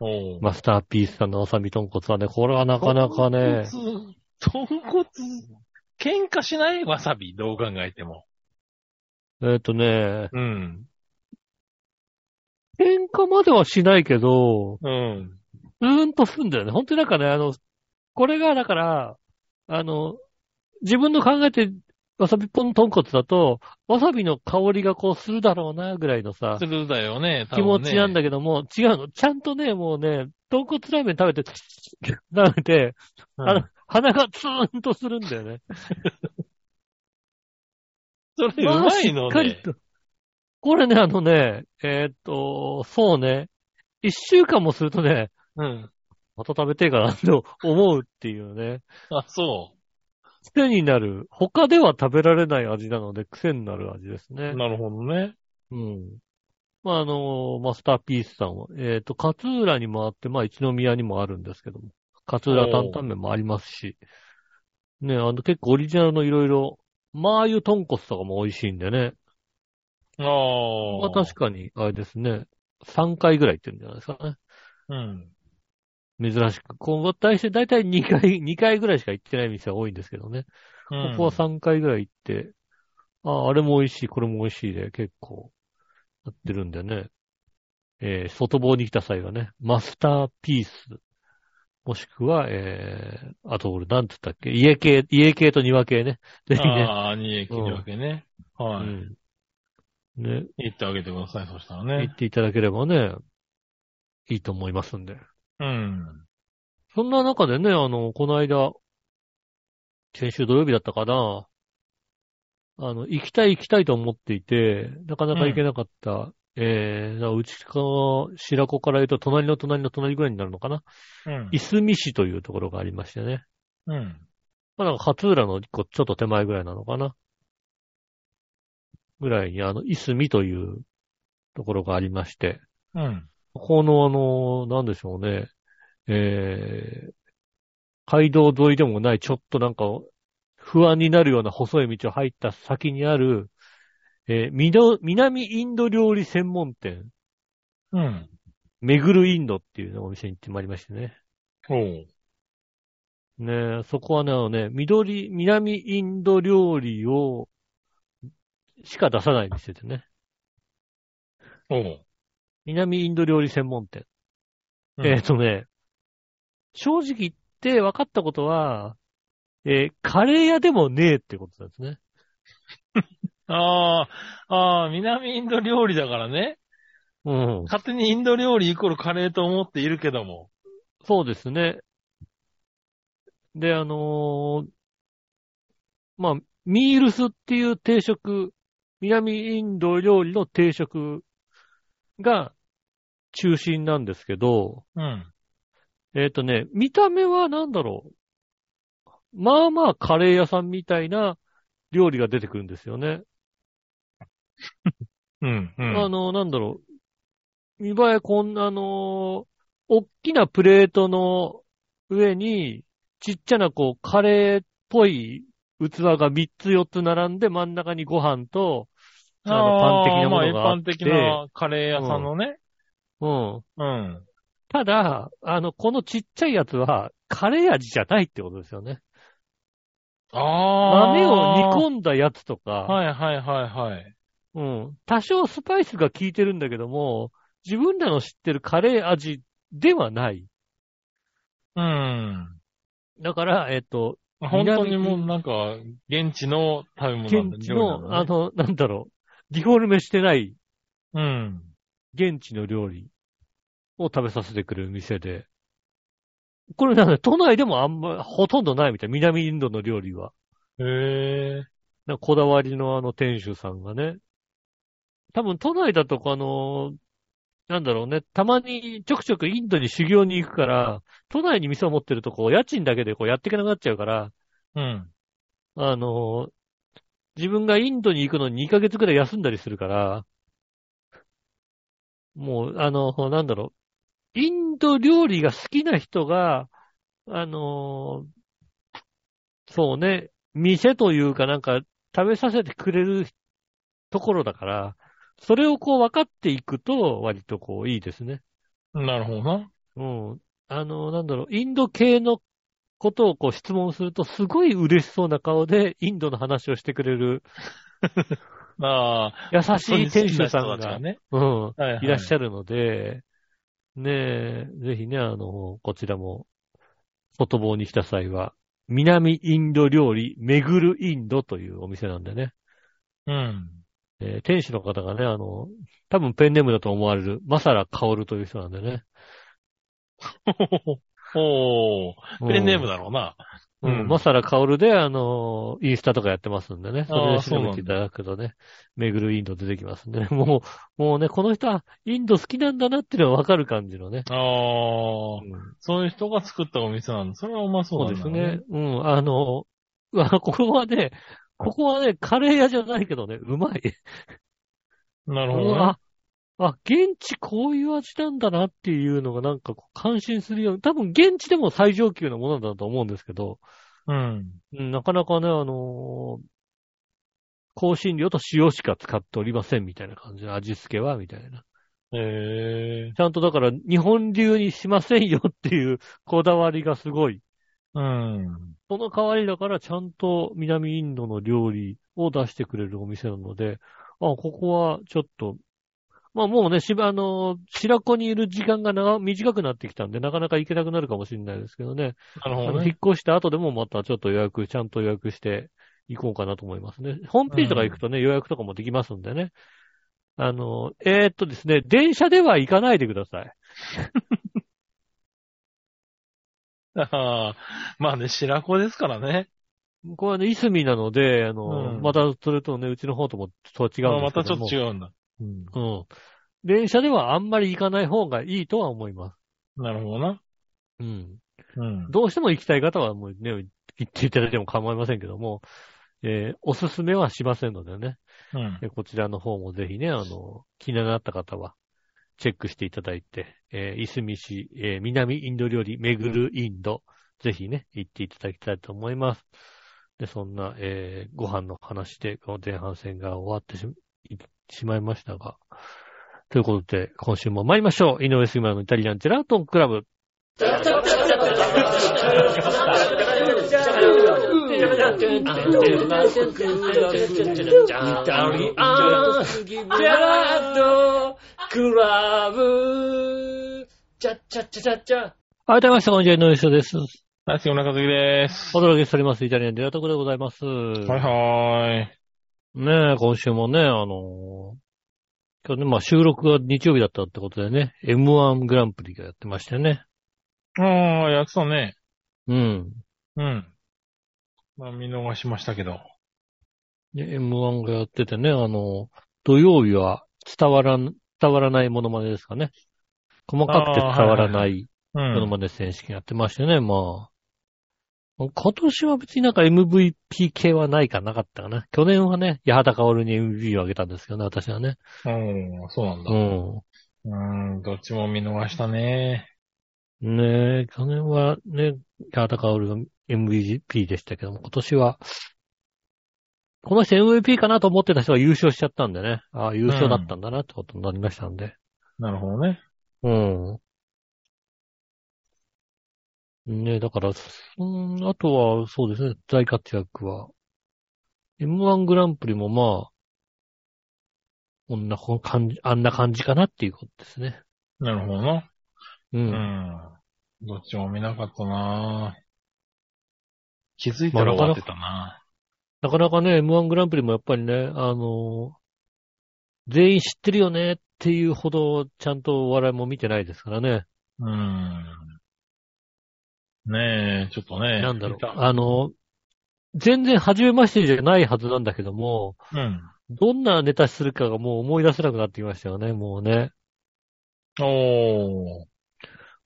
[SPEAKER 3] おう。
[SPEAKER 2] マスターピースさんのわさび豚骨はね、これはなかなかね、
[SPEAKER 3] 豚骨、豚骨、喧嘩しないわさび、どう考えても。
[SPEAKER 2] えっとね、
[SPEAKER 3] うん。
[SPEAKER 2] 喧嘩まではしないけど、
[SPEAKER 3] うん。
[SPEAKER 2] うーんとすんだよね。本当になんかね、あの、これがだから、あの、自分の考えて、わさび豚骨だと、わさびの香りがこうするだろうな、ぐらいのさ
[SPEAKER 3] す、るだよね、
[SPEAKER 2] 気持ちなん
[SPEAKER 3] だ
[SPEAKER 2] だけども、違うの。ちゃんとね、もうね、豚骨ラーメン食べて、食べて、あの、鼻がツーンとするんだよね。
[SPEAKER 3] それうまいの
[SPEAKER 2] しっかり
[SPEAKER 3] ね。
[SPEAKER 2] と。これね、あのね、えーっと、そうね、一週間もするとね、
[SPEAKER 3] うん。
[SPEAKER 2] また食べてえかなって思うっていうね、
[SPEAKER 3] あ、そ
[SPEAKER 2] 癖になる、他では食べられない味なので癖になる味です
[SPEAKER 3] う。
[SPEAKER 2] ね。
[SPEAKER 3] なるほどね。
[SPEAKER 2] うん。まあ、あの、マスターピースさんは、えーっと、勝浦にもあって、まあ、一宮にもあるんですけども、勝浦担々麺もありますし、ね、あの、結構オリジナルのいろいろ、マー油豚骨とかも美味しいんでね。
[SPEAKER 3] ああ。
[SPEAKER 2] まあ確かに、あれですね。3回ぐらい行ってるんじゃないですかね。
[SPEAKER 3] うん。
[SPEAKER 2] 珍しく。こう、大体、大体2回、2回ぐらいしか行ってない店が多いんですけどね。
[SPEAKER 3] う
[SPEAKER 2] こ
[SPEAKER 3] ん
[SPEAKER 2] こは3回ぐらい行って、ああ、あれも美味しい、これも美味しいで、結構、やってるんでね。えー外房に来た際はね、マスターピース。もしくは、えー、あと俺、なんつったっけ家系、家系と庭系ね。ぜひね。
[SPEAKER 3] ああ、二駅にわけね。
[SPEAKER 2] う
[SPEAKER 3] はい。
[SPEAKER 2] ん。ね、
[SPEAKER 3] 行ってあげてください、そしたら
[SPEAKER 2] 行
[SPEAKER 3] ね
[SPEAKER 2] っ。ていただければね、いいと思いますんで。
[SPEAKER 3] うん。
[SPEAKER 2] そんな中でね、あの、この間、先週土曜日だったかな、あの、行きたい行きたいと思っていて、なかなか行けなかった、えー、うちか、白子から言うと隣の隣の隣ぐらいになるのかな、
[SPEAKER 3] うん
[SPEAKER 2] い。すみ市というところがありましてね。
[SPEAKER 3] うん。
[SPEAKER 2] まあなんか勝浦の一個ちょっと手前ぐらいなのかな。ぐらいに、あの、いすみというところがありまして、
[SPEAKER 3] うん。
[SPEAKER 2] この、あの、なんでしょうね、えー、街道沿いでもない、ちょっとなんか、不安になるような細い道を入った先にある、えーみど南インド料理専門店、
[SPEAKER 3] うん。
[SPEAKER 2] めぐるインドっていうお店に行ってまいりましてね。
[SPEAKER 3] おう。
[SPEAKER 2] ねえそこはね、あのね、緑、南インド料理を、しか出さない店でね。
[SPEAKER 3] おう。
[SPEAKER 2] 南インド料理専門店。
[SPEAKER 3] うん
[SPEAKER 2] えっ、とね、正直言って分かったことは、えーカレー屋でもねえってことなんですね。
[SPEAKER 3] ああ、ああ、南インド料理だからね。
[SPEAKER 2] うん。
[SPEAKER 3] 勝手にインド料理イコールカレーと思っているけども。
[SPEAKER 2] そうですね。で、あのーまあ、ミールスっていう定食、南インド料理の定食が中心なんですけど、
[SPEAKER 3] うん。
[SPEAKER 2] えっ、とね、見た目はなんだろう。まあまあカレー屋さんみたいな料理が出てくるんですよね。
[SPEAKER 3] うん。う
[SPEAKER 2] あ
[SPEAKER 3] ん。
[SPEAKER 2] の、なんだろう。見栄えこんな、あのー、大きなプレートの上に、ちっちゃなこう、カレーっぽい器が3つ4つ並んで、真ん中にご飯と、あの、パン的なものがあ
[SPEAKER 3] まあ、
[SPEAKER 2] っ
[SPEAKER 3] 一般的
[SPEAKER 2] て、
[SPEAKER 3] なカレー屋さんのね。
[SPEAKER 2] うん。
[SPEAKER 3] うん。
[SPEAKER 2] ただ、あの、このちっちゃいやつは、カレー味じゃないってことですよね。
[SPEAKER 3] ああ。
[SPEAKER 2] 豆を
[SPEAKER 3] 個
[SPEAKER 2] 煮込んだやつとか、
[SPEAKER 3] はいはいはいはい。
[SPEAKER 2] うん。多少スパイスが効いてるんだけども、自分らの知ってるカレー味ではない。
[SPEAKER 3] うん。
[SPEAKER 2] だから、えっと、
[SPEAKER 3] 本当にもうなんか、現地の食べ物なんだ
[SPEAKER 2] 現地
[SPEAKER 3] 料理
[SPEAKER 2] の、
[SPEAKER 3] な
[SPEAKER 2] あ
[SPEAKER 3] んだね
[SPEAKER 2] の、なんだろう、ディフォルメしてない
[SPEAKER 3] うん。
[SPEAKER 2] 現地の料理を食べさせてくれる店で。これなんか都内でもあんま、ほとんどないみたい。南インドの料理は。
[SPEAKER 3] へえ。
[SPEAKER 2] なんかこだわりのあの店主さんがね。多分都内だとかあの、なんだろうね。たまにちょくちょくインドに修行に行くから、都内に店を持ってるとこう、家賃だけでこうやっていけなくなっちゃうから、
[SPEAKER 3] うん。
[SPEAKER 2] あの、自分がインドに行くのに2ヶ月くらい休んだりするから、もう、あの、なんだろう、インド料理が好きな人が、あの、そうね、店というかなんか食べさせてくれるところだから、それをこう分かっていくと割とこういいですね。
[SPEAKER 3] なるほどな。
[SPEAKER 2] うん。あの、なんだろう、インド系のことをこう質問すると、すごい嬉しそうな顔で、インドの話をしてくれる、
[SPEAKER 3] ああ。
[SPEAKER 2] 優しい店主さ
[SPEAKER 3] そういうん人たちが
[SPEAKER 2] が、
[SPEAKER 3] ね。
[SPEAKER 2] うん、
[SPEAKER 3] はいはい
[SPEAKER 2] いらっしゃるので、ねえ、ぜひね、あの、こちらも、外房に来た際は、南インド料理、めぐるインドというお店なんでね。
[SPEAKER 3] うん。
[SPEAKER 2] えー店主の方がね、あの、多分ペンネームだと思われる、マサラカオルという人なんでね。
[SPEAKER 3] おー。ペンネーム
[SPEAKER 2] だ。
[SPEAKER 3] だろうな。
[SPEAKER 2] うん、
[SPEAKER 3] うん
[SPEAKER 2] マサラカオルで、あの、インスタとかやってますんでね。それ
[SPEAKER 3] あ
[SPEAKER 2] で
[SPEAKER 3] ーそう
[SPEAKER 2] 調
[SPEAKER 3] なんだ
[SPEAKER 2] べていただくとね、めぐるインド出てきますんでね。もう、もうね、この人はインド好きなんだなっていうのはわかる感じのね。
[SPEAKER 3] ああ。
[SPEAKER 2] うん
[SPEAKER 3] そういう人が作ったお店なんだ。それはうまそ
[SPEAKER 2] そうう
[SPEAKER 3] だ
[SPEAKER 2] ですね。。うん、あの、うわここはね、ここはね、カレー屋じゃないけどね、うまい。
[SPEAKER 3] なるほど
[SPEAKER 2] う
[SPEAKER 3] ね。
[SPEAKER 2] わあ、あ、現地こういう味なんだなっていうのがなんかこう感心するように、多分現地でも最上級なものだと思うんですけど、
[SPEAKER 3] うん。
[SPEAKER 2] うんなかなかね、あのー香辛料と塩しか使っておりませんみたいな感じの味付けは、みたいな。
[SPEAKER 3] へえ。
[SPEAKER 2] ちゃんとだから日本流にしませんよっていうこだわりがすごい。
[SPEAKER 3] うん。
[SPEAKER 2] その代わりだからちゃんと南インドの料理を出してくれるお店なので、あ、ここはちょっと、まあもうね、しば、あのー、白子にいる時間が長短くなってきたんで、なかなか行けなくなるかもしれないですけどね。
[SPEAKER 3] なる
[SPEAKER 2] あ
[SPEAKER 3] ほど
[SPEAKER 2] の
[SPEAKER 3] ね
[SPEAKER 2] 引。っ越した後でもまたちょっと予約、ちゃんと予約して行こうかなと思いますね。ホームページとか行くとね、予約とかもできますんでね。あの、えーっとですね、電車では行かないでください。
[SPEAKER 3] ああ。 まあね、白子ですからね。
[SPEAKER 2] これはね、いすみなので、あの、
[SPEAKER 3] うん
[SPEAKER 2] またそれとね、うちの方ともとは違
[SPEAKER 3] ま
[SPEAKER 2] う
[SPEAKER 3] あ
[SPEAKER 2] んで
[SPEAKER 3] ます
[SPEAKER 2] け
[SPEAKER 3] たち
[SPEAKER 2] ど
[SPEAKER 3] ょ
[SPEAKER 2] も。
[SPEAKER 3] っと違うんだ。うん。
[SPEAKER 2] うん。電車ではあんまり行かない方がいいとは思います。
[SPEAKER 3] なるほどな。
[SPEAKER 2] うん。
[SPEAKER 3] うん。
[SPEAKER 2] どうしても行きたい方はもうね、行っていただいても構いませんけども、えーおすすめはしませんのでね。
[SPEAKER 3] うん。
[SPEAKER 2] えこちらの方もぜひね、あの、気になった方は、チェックしていただいて、えーいすみ市、えー南インド料理、めぐるインド、ぜひね、行っていただきたいと思います。で、そんな、えーご飯の話で、この前半戦が終わってしいしまいましたが、ということで、今週も参りましょう。井上杉村のイタリアンジェラートンクラブ。改めまして、こんにちは、井上杉です。
[SPEAKER 3] 大好きお腹すきです。
[SPEAKER 2] お届けしております。イタリアンジェラートンクラブでございます。
[SPEAKER 3] はいはーい。
[SPEAKER 2] ねえ、今週もね、あのー今日ね、まあ収録が日曜日だったってことでね、M1 グランプリがやってましてね。
[SPEAKER 3] ああ、やってたね。
[SPEAKER 2] うん。
[SPEAKER 3] うん。まあ、見逃しましたけど。
[SPEAKER 2] で M1 がやっててね、あのー土曜日は伝わらん、伝わらないものまねですかね。細かくて伝わら
[SPEAKER 3] あーは
[SPEAKER 2] ない
[SPEAKER 3] うん。
[SPEAKER 2] ものまね選手権やってましてね、まあ。今年は別になんか MVP 系はないかなかったかな。去年はね、八幡薫に MVP をあげたんですけどね、私はね。
[SPEAKER 3] うん、そうなんだ
[SPEAKER 2] う。ん。
[SPEAKER 3] うん、どっちも見逃したね。
[SPEAKER 2] ねえ、去年はね、八幡薫が MVP でしたけども、今年は、この人 MVP かなと思ってた人が優勝しちゃったんでね、ああ、優勝だったんだなってことになりましたんで。
[SPEAKER 3] なるほどね。
[SPEAKER 2] うん。ね、だから、うん、あとは、そうですね、大活躍は。M1 グランプリもまあ、こんなこ感じ、あんな感じかなっていうことですね。
[SPEAKER 3] なるほどな。
[SPEAKER 2] う。
[SPEAKER 3] うんん。どっちも見なかったな気づいたら
[SPEAKER 2] まあ
[SPEAKER 3] 終わってたな
[SPEAKER 2] なかなかね、M1 グランプリもやっぱりね、あのー全員知ってるよねっていうほど、ちゃんとお笑いも見てないですからね。
[SPEAKER 3] うん。ねえ、ちょっとね。
[SPEAKER 2] なんだろう
[SPEAKER 3] 見。た
[SPEAKER 2] あのー全然初めましてじゃないはずなんだけども、
[SPEAKER 3] うん。
[SPEAKER 2] どんなネタするかがもう思い出せなくなってきましたよね、もうね。
[SPEAKER 3] おー。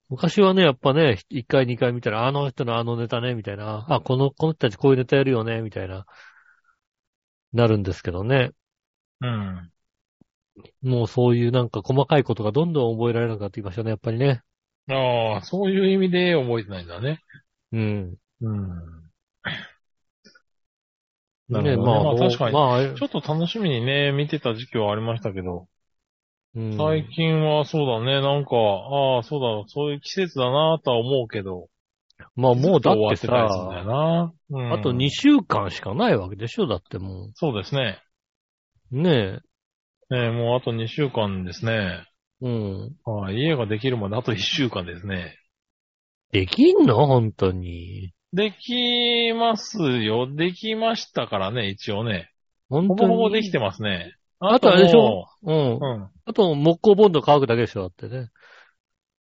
[SPEAKER 2] 昔はね、やっぱね、1回2回見たら、あの人のあのネタね、みたいな。あ、この、この人たちこういうネタやるよね、みたいな。なるんですけどね。
[SPEAKER 3] うん。
[SPEAKER 2] もうそういうなんか細かいことがどんどん覚えられなくなってきましたね、やっぱりね。
[SPEAKER 3] ああ、そういう意味で覚えてないんだね。
[SPEAKER 2] うん。
[SPEAKER 3] うん。な
[SPEAKER 2] ね、
[SPEAKER 3] るほ
[SPEAKER 2] まあ、
[SPEAKER 3] どねまあ確かに
[SPEAKER 2] まあ、
[SPEAKER 3] ちょっと楽しみにね、見てた時期はありましたけど、
[SPEAKER 2] うん
[SPEAKER 3] 最近はそうだね、なんか、ああ、そうだ、そういう季節だなとは思うけど、
[SPEAKER 2] まあもうだっ
[SPEAKER 3] 終わ
[SPEAKER 2] て
[SPEAKER 3] ってたりするんだよ
[SPEAKER 2] さ、
[SPEAKER 3] な。うん
[SPEAKER 2] あと2週間しかないわけでしょだっても
[SPEAKER 3] そうですね。
[SPEAKER 2] う。ね
[SPEAKER 3] ねもうあと2週間ですね。
[SPEAKER 2] え。うん。
[SPEAKER 3] はい家ができるまであと1週間ですね。
[SPEAKER 2] できんの本当に。
[SPEAKER 3] できますよ。できましたからね、一応ね。
[SPEAKER 2] 本
[SPEAKER 3] ほ
[SPEAKER 2] 当
[SPEAKER 3] ぼ
[SPEAKER 2] に。
[SPEAKER 3] ほぼできてますね。
[SPEAKER 2] あとあれでしょ
[SPEAKER 3] も
[SPEAKER 2] うん
[SPEAKER 3] う。うん。
[SPEAKER 2] あと、木工ボンド乾くだけでしょだってね。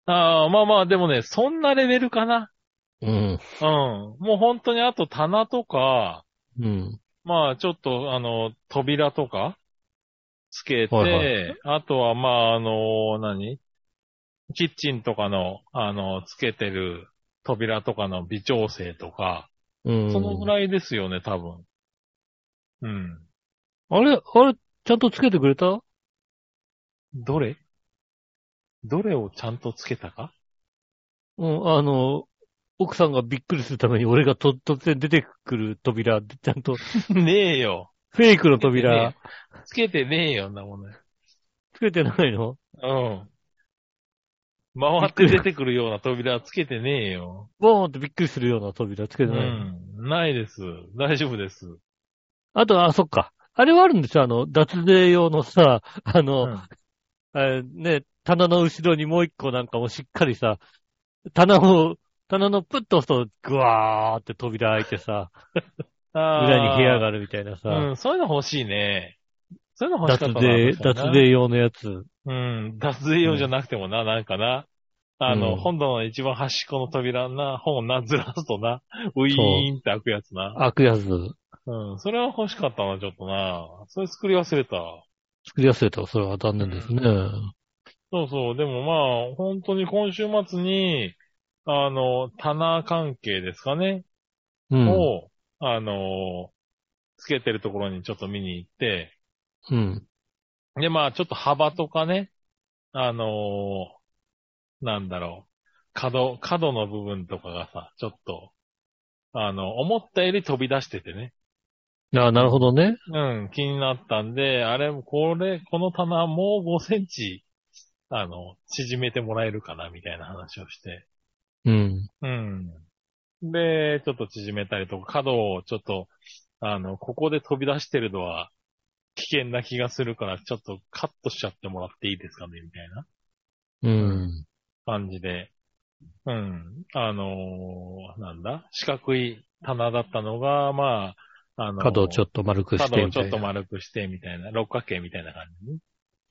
[SPEAKER 3] ああ、まあまあ、でもね、そんなレベルかな。
[SPEAKER 2] うん。
[SPEAKER 3] うん。もう本当にあと棚とか、
[SPEAKER 2] うん。
[SPEAKER 3] まあちょっと、あの、扉とか、つけて、
[SPEAKER 2] はい
[SPEAKER 3] あとは、まあ、あの、何キッチンとかの、あの、つけてる扉とかの微調整とか、
[SPEAKER 2] うん。
[SPEAKER 3] そのぐらいですよね、多分。うん。
[SPEAKER 2] あれあれちゃんとつけてくれた
[SPEAKER 3] どれどれをちゃんとつけたか
[SPEAKER 2] うん、あの、奥さんがびっくりするために俺がと突然出てくる扉、ちゃんと、
[SPEAKER 3] ねえよ。
[SPEAKER 2] フェイクの扉、
[SPEAKER 3] つけてねえよ、んなもんね。
[SPEAKER 2] つけてないの
[SPEAKER 3] うん。回って出てくるような扉はつけてねえよ。
[SPEAKER 2] ボーンってびっくりするような扉つけ
[SPEAKER 3] う
[SPEAKER 2] てないの、
[SPEAKER 3] ん。ないです。大丈夫です。
[SPEAKER 2] あと、あ、そっか。あれはあるんでしょあの、脱税用のさ、 あの、
[SPEAKER 3] うん
[SPEAKER 2] えーね、棚の後ろにもう一個なんかもしっかりさ、棚を、棚のプッと押すと、ぐわーって扉開いてさ、裏に部屋があるみたいなさ、
[SPEAKER 3] うん、そういうの欲しいね。そういうの欲しか
[SPEAKER 2] 脱
[SPEAKER 3] ったな
[SPEAKER 2] 税、
[SPEAKER 3] 確か
[SPEAKER 2] 脱
[SPEAKER 3] にな
[SPEAKER 2] 税用のやつ。
[SPEAKER 3] うん、脱税用じゃなくてもな、なんかな。あの、
[SPEAKER 2] うん
[SPEAKER 3] 本棚の一番端っこの扉な、本をな、ずらすとな、ウィーンって開くやつな。
[SPEAKER 2] 開くやつ、
[SPEAKER 3] うん、それは欲しかったな、ちょっとな。それ作り忘れた。
[SPEAKER 2] 作りやすいと、それは残念ですね。
[SPEAKER 3] そうそう、でもまあ、本当に今週末に、あの、棚関係ですかね、
[SPEAKER 2] うん。
[SPEAKER 3] を、あの、つけてるところにちょっと見に行って、
[SPEAKER 2] うん。
[SPEAKER 3] で、まあ、ちょっと幅とかね、あのーなんだろう、角、角の部分とかがさ、ちょっと、あの、思ったより飛び出しててね。
[SPEAKER 2] ああ、なるほどね。
[SPEAKER 3] うん、気になったんで、あれ、これ、この棚もう5センチ、あの、縮めてもらえるかな、みたいな話をして。
[SPEAKER 2] うん。
[SPEAKER 3] うん。で、ちょっと縮めたりとか、角をちょっと、あの、ここで飛び出してるのは危険な気がするから、ちょっとカットしちゃってもらっていいですかね、みたいな
[SPEAKER 2] うん。
[SPEAKER 3] 感じで。うん。あのーなんだ四角い棚だったのが、まあ、あのー
[SPEAKER 2] 角をちょっと丸くして
[SPEAKER 3] 角を
[SPEAKER 2] み
[SPEAKER 3] ち
[SPEAKER 2] た
[SPEAKER 3] ょっ
[SPEAKER 2] い
[SPEAKER 3] と
[SPEAKER 2] な。
[SPEAKER 3] 丸くして、みたいな、六角形みたいな感じに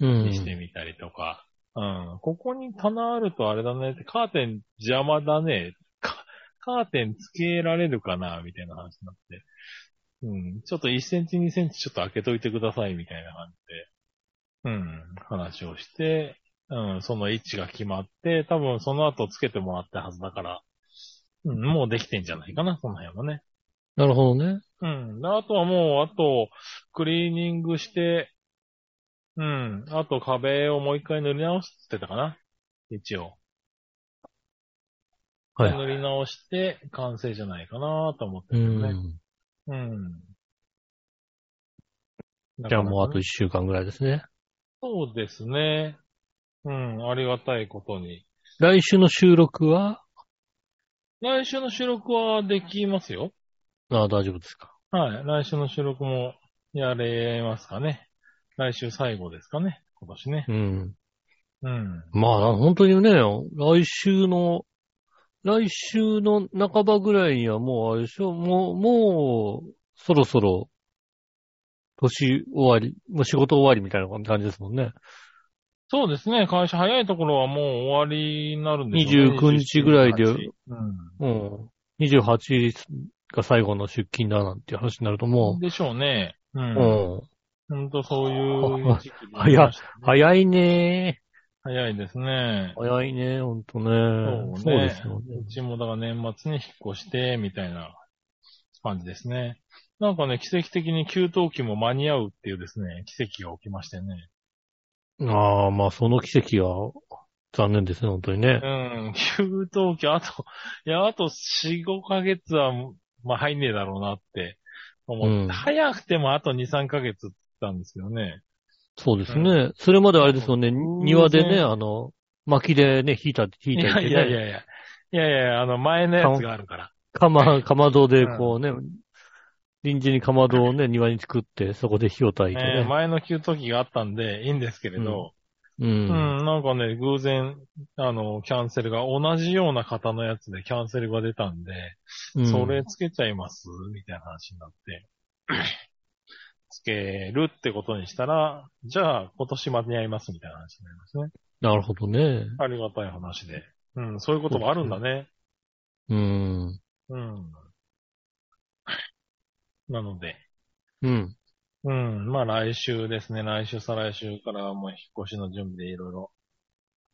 [SPEAKER 2] う
[SPEAKER 3] にして
[SPEAKER 2] ん。
[SPEAKER 3] みたりとか。うん。ここに棚あるとあれだね。カーテン邪魔だね。カカーテンつけられるかなみたいな話になって。うん。ちょっと1センチ2センチちょっと開けといてくださいみたいな感じで。うん。話をして、うん。その位置が決まって、多分その後つけてもらったはずだから、うん。もうできてんじゃないかな、その辺もね。
[SPEAKER 2] なるほどね。
[SPEAKER 3] うん。であとはもう、あと、クリーニングして、うん。あと壁をもう一回塗り直すって言ってたかな一応。
[SPEAKER 2] はい
[SPEAKER 3] 塗
[SPEAKER 2] はい。
[SPEAKER 3] り直して、完成じゃないかなと思って
[SPEAKER 2] う
[SPEAKER 3] るよね。
[SPEAKER 2] ん。
[SPEAKER 3] うん。
[SPEAKER 2] じゃあもうあと
[SPEAKER 3] なかなかね
[SPEAKER 2] 1週間ぐらいですね。
[SPEAKER 3] そうですね。うん。ありがたいことに。
[SPEAKER 2] 来週の収録は
[SPEAKER 3] 来週の収録はできますよ。
[SPEAKER 2] ああ、大丈夫ですか。
[SPEAKER 3] はい。来週の収録もやれますかね。来週最後ですかね。今年ね。
[SPEAKER 2] うん。
[SPEAKER 3] うん。
[SPEAKER 2] まあ、本当にね、来週の、来週の半ばぐらいにはもうあれでしょ、もう、もう、そろそろ、年終わり、もう仕事終わりみたいな感じですもんね。
[SPEAKER 3] そうですね。会社早いところはもう終わりになるんでしょうね
[SPEAKER 2] 29日ぐらいで
[SPEAKER 3] 28
[SPEAKER 2] うん。28が最後の出勤だなんていう話になると
[SPEAKER 3] うん。
[SPEAKER 2] も
[SPEAKER 3] でしょうね。う
[SPEAKER 2] う、
[SPEAKER 3] ん。
[SPEAKER 2] うん。
[SPEAKER 3] ほんとそういう時期になりましたね、
[SPEAKER 2] 早いね
[SPEAKER 3] 早いですね。
[SPEAKER 2] 早いねほんとね
[SPEAKER 3] ね
[SPEAKER 2] そうですよね
[SPEAKER 3] う。ちもだから年末に引っ越して、みたいな感じですね。なんかね、奇跡的に給湯器も間に合うっていうですね、奇跡が起きましてね。
[SPEAKER 2] ああ、まあその奇跡が残念ですね、本当にね
[SPEAKER 3] う。ん、給湯器、あと、いや、あと4、5ヶ月は、まあ入んねえだろうなって思って、
[SPEAKER 2] うん
[SPEAKER 3] 早くてもあと2、3ヶ月って言ったんですけどね。
[SPEAKER 2] そうです
[SPEAKER 3] う
[SPEAKER 2] ね。それまであれですよね、庭でね、
[SPEAKER 3] ね
[SPEAKER 2] あの、薪でね、引いた、引い
[SPEAKER 3] い
[SPEAKER 2] たりしてね。
[SPEAKER 3] やいやいやいや。いやいやいや、あの、前のやつがあるから。
[SPEAKER 2] 釜、釜戸でこうね、臨時にかまどをね、庭に作って、そこで火を焚いて
[SPEAKER 3] ね
[SPEAKER 2] ね。
[SPEAKER 3] 前の給湯器があったんで、いいんですけれど、
[SPEAKER 2] う。
[SPEAKER 3] うんん、なんかね、偶然、あの、キャンセルが、同じような型のやつでキャンセルが出たんで、
[SPEAKER 2] うん
[SPEAKER 3] それつけちゃいますみたいな話になって。つけるってことにしたら、じゃあ今年間に合いますみたいな話になりますね。
[SPEAKER 2] なるほどね。
[SPEAKER 3] ありがたい話で。うん、そういうこともあるんだね。
[SPEAKER 2] うん。
[SPEAKER 3] うん。なので、
[SPEAKER 2] うん。
[SPEAKER 3] うん、まあ来週ですね。来週、再来週からはもう引っ越しの準備でいろいろ、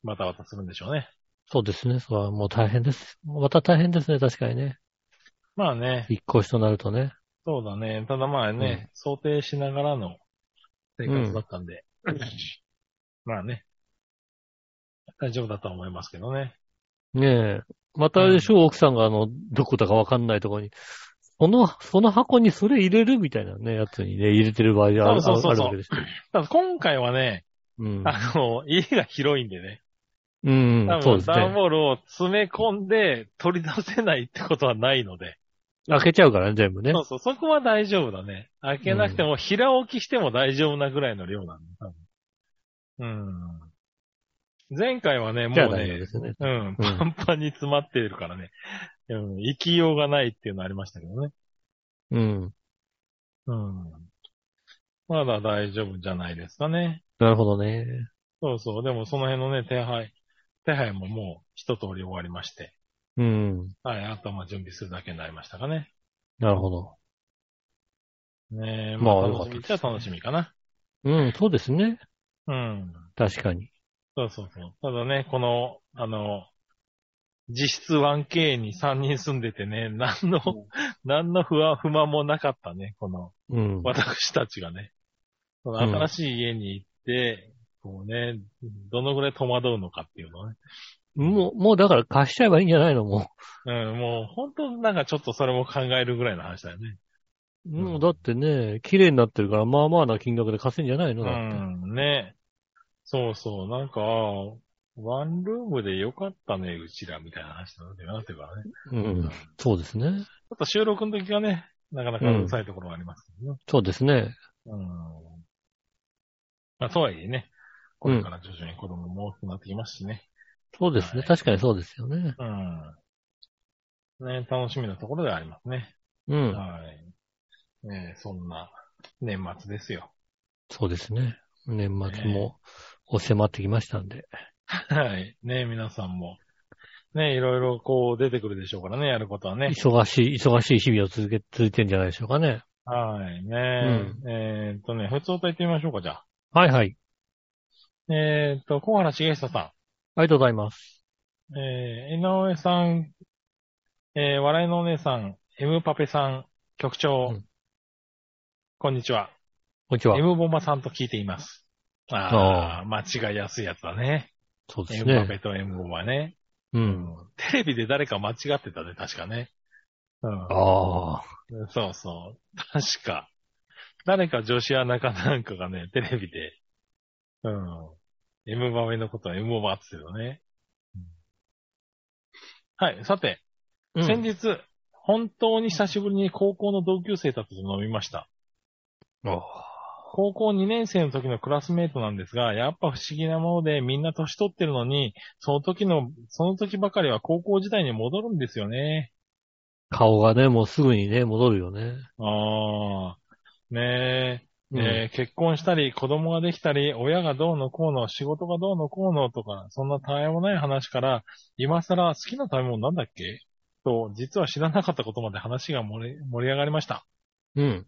[SPEAKER 3] バタバタするんでしょうね。
[SPEAKER 2] そうですね。それはもう大変です。また大変ですね、確かにね。
[SPEAKER 3] まあね、
[SPEAKER 2] 引っ越しとなるとね。
[SPEAKER 3] そうだね。ただまあね、想定しながらの生活だったんで。 まあね。大丈夫だとは思いますけどね。
[SPEAKER 2] ねえ。またあれでしょ、奥さんがあの、どこだかわかんないところに、その、その箱にそれ入れるみたいなね、やつにね、入れてる場合がある
[SPEAKER 3] そうそうそうそう
[SPEAKER 2] あるわけでしょ。
[SPEAKER 3] ただ今回はね、
[SPEAKER 2] うん。
[SPEAKER 3] あの、家が広いんでね。
[SPEAKER 2] うん
[SPEAKER 3] 多、
[SPEAKER 2] そう
[SPEAKER 3] 分
[SPEAKER 2] です
[SPEAKER 3] 段
[SPEAKER 2] ね。
[SPEAKER 3] ボールを詰め込んで取り出せないってことはないので。
[SPEAKER 2] 開けちゃうからね、全部ね
[SPEAKER 3] そ。うそう、そこは大丈夫だね。開けなくても、平置きしても大丈夫なぐらいの量なんで、多分。うん。前回はね、も
[SPEAKER 2] じゃあ
[SPEAKER 3] う
[SPEAKER 2] 大丈夫
[SPEAKER 3] ね
[SPEAKER 2] で、すね。
[SPEAKER 3] うん、パンパンに詰まってるからね。うん、生きようがないっていうのありましたけどね。
[SPEAKER 2] うん。
[SPEAKER 3] うん。まだ大丈夫じゃないですかね。
[SPEAKER 2] なるほどね。
[SPEAKER 3] そうそう。でもその辺のね、手配、手配ももう一通り終わりまして。
[SPEAKER 2] うん。
[SPEAKER 3] はい、あとはまあ準備するだけになりましたかね。
[SPEAKER 2] なるほど。
[SPEAKER 3] ねえ、まあ
[SPEAKER 2] まあ
[SPEAKER 3] 楽しみっちゃ楽しみかな。
[SPEAKER 2] うん、そうですね。
[SPEAKER 3] うん。
[SPEAKER 2] 確かに。
[SPEAKER 3] そうそうそう。ただね、この、あの、実質 1K に3人住んでてね、何の、何の不安、不満もなかったね、この、
[SPEAKER 2] うん。
[SPEAKER 3] 私たちがね、その
[SPEAKER 2] うん
[SPEAKER 3] 新しい家に行って、こうね、どのぐらい戸惑うのかっていうのね。
[SPEAKER 2] もう、もうだから貸しちゃえばいいんじゃないのも
[SPEAKER 3] うん、もう本当なんかちょっとそれも考えるぐらいの話だよね。
[SPEAKER 2] う。もうだってね、綺麗になってるから、まあまあな金額で貸せんじゃないの
[SPEAKER 3] う
[SPEAKER 2] だって
[SPEAKER 3] ん、ね。そうそう、なんか、ワンルームでよかったね、うちら、みたいな話になってなってるからね。
[SPEAKER 2] うん。そうですね。
[SPEAKER 3] ちょっと収録の時はね、なかなかうるさいところがありますけどね。
[SPEAKER 2] そうですね。
[SPEAKER 3] うん。まあ、とはいえね、これから徐々に子供も大きくなってきますしね。
[SPEAKER 2] そうですね。
[SPEAKER 3] はい
[SPEAKER 2] 確かにそうですよね。
[SPEAKER 3] うん。ね、楽しみなところではありますね。
[SPEAKER 2] うん。
[SPEAKER 3] はい。ねそんな年末ですよ。
[SPEAKER 2] そうですね。年末も、お迫ってきましたんで。
[SPEAKER 3] はい。ね皆さんも。ねいろいろこう出てくるでしょうからね、やることはね。
[SPEAKER 2] 忙しい、忙しい日々を続け、続いてんじゃないでしょうかね。
[SPEAKER 3] はい。ねえーっとね、普通歌行ってみましょうか、じゃあ。
[SPEAKER 2] はいはい。
[SPEAKER 3] えーっと、小原茂久さ
[SPEAKER 2] ありがとうございます。
[SPEAKER 3] ん、えー、井上さん、えー、笑いのお姉さん、M パペさん、局長、
[SPEAKER 2] うん
[SPEAKER 3] こんにちは。
[SPEAKER 2] こんにちは。
[SPEAKER 3] M ボマさんと聞いています。ああ、間違いやすいやつだね。
[SPEAKER 2] そうです
[SPEAKER 3] M パ
[SPEAKER 2] ね。
[SPEAKER 3] ペと M ボマね。
[SPEAKER 2] う。。
[SPEAKER 3] うんテレビで誰か間違ってたね、確かね。うん。
[SPEAKER 2] ああ。
[SPEAKER 3] そうそう。確か。誰か女子アナかなんかがね、テレビで、うん。M バメのことは M バーって言うのね。うんはい、さて、
[SPEAKER 2] うん
[SPEAKER 3] 先日、本当に久しぶりに高校の同級生たちと飲みました。
[SPEAKER 2] おー
[SPEAKER 3] 高校2年生の時のクラスメイトなんですが、やっぱ不思議なものでみんな年取ってるのに、その時の、その時ばかりは高校時代に戻るんですよね。
[SPEAKER 2] 顔がね、もうすぐにね、戻るよね。
[SPEAKER 3] ああ。ねえ。
[SPEAKER 2] うん
[SPEAKER 3] えー結婚したり、子供ができたり、親がどうのこうの、仕事がどうのこうのとか、そんな大変もない話から、今更好きな食べ物なんだっけと、実は知らなかったことまで話が盛り盛り上がりました。
[SPEAKER 2] うん。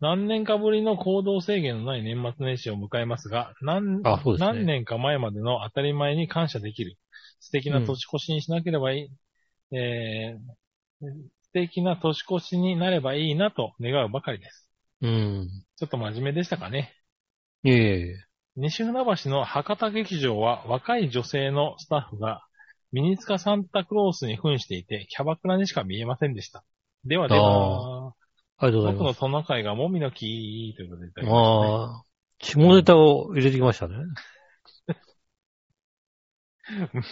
[SPEAKER 3] 何年かぶりの行動制限のない年末年始を迎えますが、何
[SPEAKER 2] あ、そうですね。
[SPEAKER 3] 何年か前までの当たり前に感謝できる。素敵な年越しにしなければいい、えー素敵な年越しになればいいなと願うばかりです。
[SPEAKER 2] うん。
[SPEAKER 3] ちょっと真面目でしたかね。
[SPEAKER 2] いえいえいえ。
[SPEAKER 3] 西船橋の博多劇場は若い女性のスタッフがミニスカサンタクロースに扮していてキャバクラにしか見えませんでした。ではでは、
[SPEAKER 2] ありがとうござい
[SPEAKER 3] 僕
[SPEAKER 2] ま
[SPEAKER 3] の
[SPEAKER 2] す。
[SPEAKER 3] トナカイがもみの木ということでいただきましたね、
[SPEAKER 2] ああ、下ネタを入れてきましたね。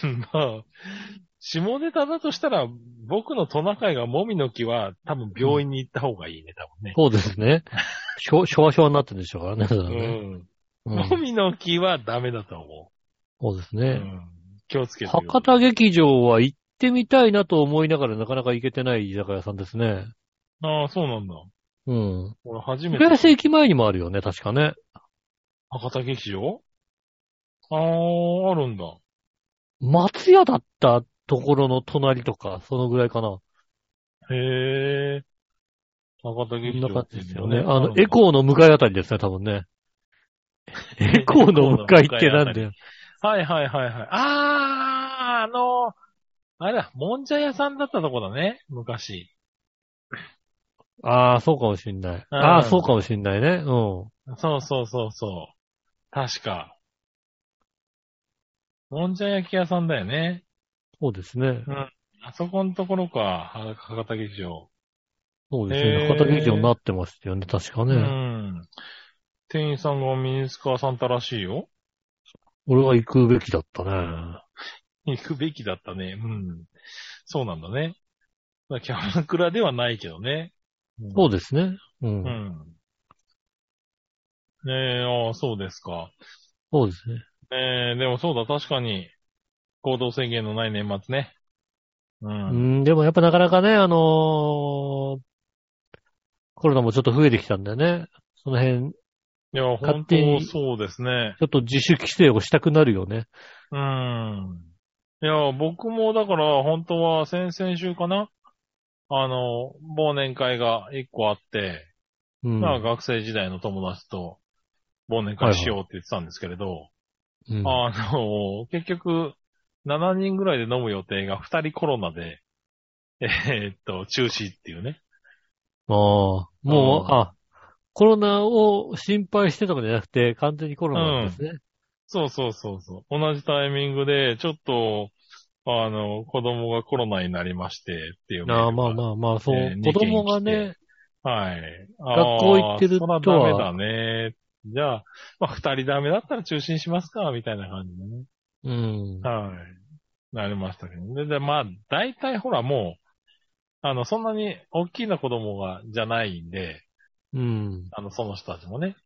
[SPEAKER 3] うん まあ、下ネタだとしたら、僕のトナカイがもみの木は、多分病院に行った方がいいね、多
[SPEAKER 2] そうですね。しょ、しょわしょわになってるんでしょうからね。それは
[SPEAKER 3] 分
[SPEAKER 2] ね
[SPEAKER 3] ね。
[SPEAKER 2] う
[SPEAKER 3] うん。
[SPEAKER 2] ん
[SPEAKER 3] もみの木はダメだと思
[SPEAKER 2] そうです
[SPEAKER 3] う。う
[SPEAKER 2] ね。
[SPEAKER 3] ん。気をつけて。
[SPEAKER 2] 博多劇場は行ってみたいなと思いながらなかなか行けてない居酒屋さんですね。
[SPEAKER 3] ああ、そうなんだ。
[SPEAKER 2] うん。
[SPEAKER 3] 俺初め
[SPEAKER 2] 浦
[SPEAKER 3] て
[SPEAKER 2] 安駅前にもあるよね、確かね。
[SPEAKER 3] 博多劇場ああ、あるんだ。
[SPEAKER 2] 松屋だったところの隣とか、そのぐらいかな。
[SPEAKER 3] へえ。博多
[SPEAKER 2] そん
[SPEAKER 3] 劇
[SPEAKER 2] な
[SPEAKER 3] 場っ
[SPEAKER 2] 感
[SPEAKER 3] て
[SPEAKER 2] じ
[SPEAKER 3] い
[SPEAKER 2] で
[SPEAKER 3] う
[SPEAKER 2] す
[SPEAKER 3] の
[SPEAKER 2] よ
[SPEAKER 3] は
[SPEAKER 2] ね。
[SPEAKER 3] ね。
[SPEAKER 2] あの、
[SPEAKER 3] る
[SPEAKER 2] エ
[SPEAKER 3] んだ
[SPEAKER 2] コーの向かいあたりですね、多分 ね。エコーの向かいってなんだよ。
[SPEAKER 3] はいはいはいはい。ああ、あの、あれだ、もんじゃ屋さんだったとこだね、昔。
[SPEAKER 2] ああ、そうかもしんない。
[SPEAKER 3] うん
[SPEAKER 2] ああ、そうかもしんないね。うん。
[SPEAKER 3] そうそうそうそう。確か。もんじゃ焼き屋さんだよね。
[SPEAKER 2] そうですね。
[SPEAKER 3] あそこのところか、は博多劇場。
[SPEAKER 2] そうです
[SPEAKER 3] へ
[SPEAKER 2] ね。
[SPEAKER 3] ー
[SPEAKER 2] 博多劇場になってましたよね、確か
[SPEAKER 3] う
[SPEAKER 2] ね。
[SPEAKER 3] ん。店員さんがミニスカサンタらしいよ。
[SPEAKER 2] 俺は行くべきだったね。
[SPEAKER 3] 行くべきだったね。うん。そうなんだね。まあキャバクラではないけどね。
[SPEAKER 2] そうですね。うん。
[SPEAKER 3] うん。ねえ、ああ、そうですか。
[SPEAKER 2] そうですね。
[SPEAKER 3] ねえ、でもそうだ、確かに、行動制限のない年末ね。う。
[SPEAKER 2] うんん、でもやっぱなかなかね、あのーコロナもちょっと増えてきたんだよね。その辺、ち
[SPEAKER 3] いや、
[SPEAKER 2] 勝
[SPEAKER 3] 本
[SPEAKER 2] 手に
[SPEAKER 3] 当そうですね。
[SPEAKER 2] ょっと自主規制をしたくなるよね。
[SPEAKER 3] うん。いや、僕もだから、本当は先々週かなあの、忘年会が一個あって、
[SPEAKER 2] うん。
[SPEAKER 3] まあ学生時代の友達と忘年会しようって言ってたんですけれど、
[SPEAKER 2] うん
[SPEAKER 3] あの、結局、7人ぐらいで飲む予定が2人コロナで、えーっと、中止っていうね。
[SPEAKER 2] ああ、もう、
[SPEAKER 3] うん
[SPEAKER 2] あ、コロナを心配してたのじゃなくて、完全にコロナなんですね。
[SPEAKER 3] そうそうそうそう。同じタイミングで、ちょっと、あの、子供がコロナになりましてっていうメー
[SPEAKER 2] あ
[SPEAKER 3] ルが。
[SPEAKER 2] あまあまあまあ、そう、
[SPEAKER 3] えー
[SPEAKER 2] 子供がね、
[SPEAKER 3] はい。
[SPEAKER 2] 学校行ってるとは
[SPEAKER 3] あーそらダメだね。じゃあ、まあ、二人ダメだったら中止にしますか、みたいな感じでね。
[SPEAKER 2] うん。
[SPEAKER 3] はい。なりましたけどね。で、まあ、大体ほらもう、あの、そんなに大きな子供が、じゃないんで、
[SPEAKER 2] うん。
[SPEAKER 3] あの、その人たちもね。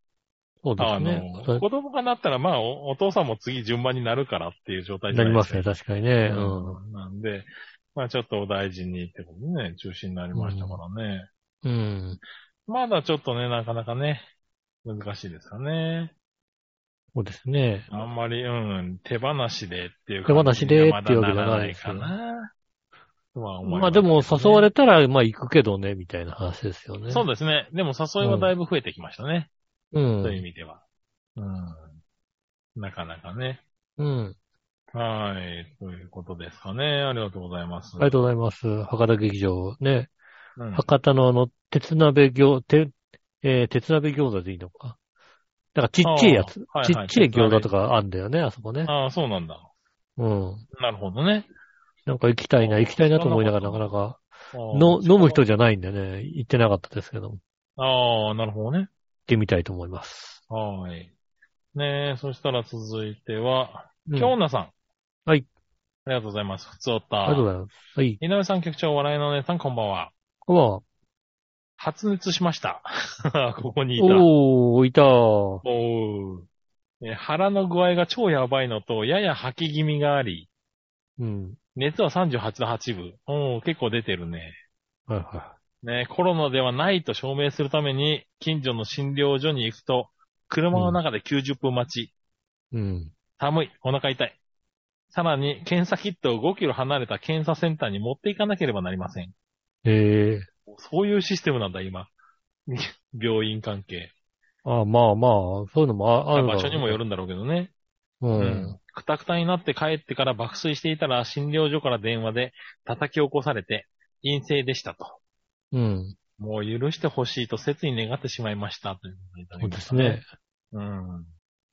[SPEAKER 2] そうです
[SPEAKER 3] あ
[SPEAKER 2] ね。
[SPEAKER 3] の、子供がなったら、まあお、お父さんも次順番になるからっていう状態じ
[SPEAKER 2] な
[SPEAKER 3] ゃ
[SPEAKER 2] り
[SPEAKER 3] ないで
[SPEAKER 2] ますす
[SPEAKER 3] か
[SPEAKER 2] ね、。確かにね。うん。
[SPEAKER 3] うん。なんで、まあ、ちょっとお大事にってことでね、中止になりましたからね。
[SPEAKER 2] うん。
[SPEAKER 3] まだちょっとね、なかなかね、難しいですよね。
[SPEAKER 2] そうですね。
[SPEAKER 3] あんまり、うん、手放しでっていう
[SPEAKER 2] 手放
[SPEAKER 3] 感
[SPEAKER 2] し
[SPEAKER 3] じ
[SPEAKER 2] で
[SPEAKER 3] に
[SPEAKER 2] っていうわけじゃないです
[SPEAKER 3] か
[SPEAKER 2] よ
[SPEAKER 3] な。とは思い
[SPEAKER 2] まあでも、誘わ
[SPEAKER 3] れ
[SPEAKER 2] れたら、まあ行くけどね、みたいな話ですよね。
[SPEAKER 3] そうですね。でも誘いはだいぶ増えてきましたね。
[SPEAKER 2] う
[SPEAKER 3] という意
[SPEAKER 2] ん。
[SPEAKER 3] 味では。うん。なかなかね。
[SPEAKER 2] うん。
[SPEAKER 3] はい。ということですかね。ありがとうございます。
[SPEAKER 2] ありがとうございます。博多劇場ね。
[SPEAKER 3] うん
[SPEAKER 2] 博多のあの、鉄鍋餃、て、えー鉄鍋餃子でいいのか。なんかちっちゃいやつ。
[SPEAKER 3] あーはい
[SPEAKER 2] ち
[SPEAKER 3] は
[SPEAKER 2] っ
[SPEAKER 3] い
[SPEAKER 2] ちゃい餃子とかあんだよね、あそこね。
[SPEAKER 3] ああ、そうなんだ。
[SPEAKER 2] うん。
[SPEAKER 3] なるほどね。
[SPEAKER 2] なんか行きたいな、行きたいなと思いながら、
[SPEAKER 3] そ
[SPEAKER 2] なんか
[SPEAKER 3] な
[SPEAKER 2] なか、
[SPEAKER 3] あー
[SPEAKER 2] の、飲む人じゃないんでね、行ってなかったですけども、行っ
[SPEAKER 3] ああ、なるほどね。
[SPEAKER 2] てみたいと思います。
[SPEAKER 3] はい。ねえ、そしたら続いては、
[SPEAKER 2] うん
[SPEAKER 3] 京奈さん。
[SPEAKER 2] はい。
[SPEAKER 3] ありがとうございます。ふつおった。
[SPEAKER 2] ありがとうございます。はい。
[SPEAKER 3] 井上さん局長、笑いのお姉さん、こんばんは。
[SPEAKER 2] こんばんは。
[SPEAKER 3] 発熱しました。 ここにいた。
[SPEAKER 2] おー、いたー。
[SPEAKER 3] おうえ腹の具合が超やばいのと、やや吐き気味があり、
[SPEAKER 2] うん。
[SPEAKER 3] 熱は38度8分。おー結構出てるね。
[SPEAKER 2] はいは
[SPEAKER 3] ね、コロナではないと証明するために、近所の診療所に行くと、車の中で90分待ち。
[SPEAKER 2] い。うん。
[SPEAKER 3] 寒い。お腹痛い。さらに、検査キットを5キロ離れた検査センターに持っていかなければなりません。
[SPEAKER 2] ええ
[SPEAKER 3] そういうシステムなんだ、今。 病院関係。
[SPEAKER 2] あまあまあ、そういうのもあある
[SPEAKER 3] 場所にもよるんだろうけどね。
[SPEAKER 2] う
[SPEAKER 3] うんん。くたくたになって帰ってから爆睡していたら診療所から電話で叩き起こされて陰性でしたと。
[SPEAKER 2] うん。
[SPEAKER 3] もう許してほしいと切に願ってしまいましたということいただ
[SPEAKER 2] そ
[SPEAKER 3] き
[SPEAKER 2] う
[SPEAKER 3] ま
[SPEAKER 2] で
[SPEAKER 3] し
[SPEAKER 2] す
[SPEAKER 3] たね
[SPEAKER 2] ね。。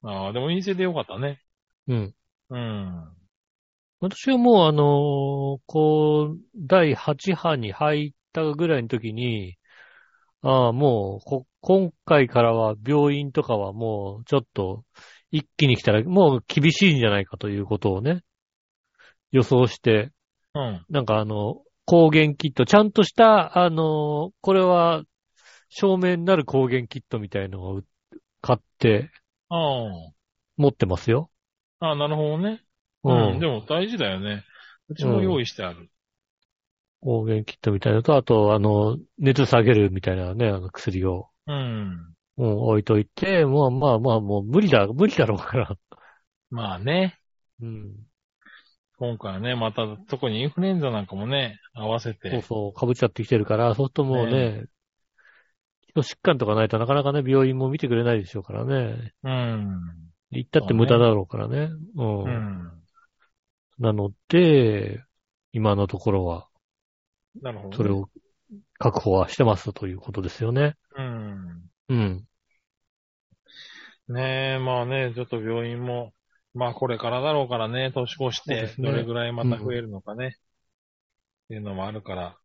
[SPEAKER 3] うん。ああ、でも陰性でよかったね。
[SPEAKER 2] うん。
[SPEAKER 3] うん。
[SPEAKER 2] 私はもうあのーこう、第8波に入ったぐらいの時に、ああ、もうこ、今回からは病院とかはもうちょっと一気に来たらもう厳しいんじゃないかということをね、予想して、
[SPEAKER 3] うん。
[SPEAKER 2] なんかあの、抗原キット、ちゃんとした、あの、これは、証明になる抗原キットみたいのをう買って
[SPEAKER 3] あ
[SPEAKER 2] 持ってますよ。
[SPEAKER 3] あ。ああ、なるほどね。
[SPEAKER 2] う
[SPEAKER 3] うん
[SPEAKER 2] ん。。
[SPEAKER 3] でも大事だよね。うちも用意してある。
[SPEAKER 2] 抗原キットみたいなのと、あと、あの、熱下げるみたいなね、あの薬を、
[SPEAKER 3] うん。
[SPEAKER 2] うん、置いといて、まあまあまあ、もう無理だ、無理だろうから。
[SPEAKER 3] まあね。
[SPEAKER 2] うん。
[SPEAKER 3] 今回はね、また特にインフルエンザなんかもね、合わせ
[SPEAKER 2] そう
[SPEAKER 3] て。
[SPEAKER 2] そう、被っちゃってきてるから、そうするともうね、基礎疾患とかないとなかなかね、病院も見てくれないでしょうからね。
[SPEAKER 3] うん。
[SPEAKER 2] 行ったって無駄だろうからね。
[SPEAKER 3] う。ん。
[SPEAKER 2] なので、今のところは、
[SPEAKER 3] なるほど、ね。
[SPEAKER 2] それ。を確保はしてますということですよね。
[SPEAKER 3] うん。
[SPEAKER 2] うん。
[SPEAKER 3] ねえ、まあね、ちょっと病院も、まあこれからだろうからね、年越
[SPEAKER 2] そ
[SPEAKER 3] し
[SPEAKER 2] うで
[SPEAKER 3] て、
[SPEAKER 2] すね
[SPEAKER 3] どれぐらいまた増えるのかね、っていうのもあるから。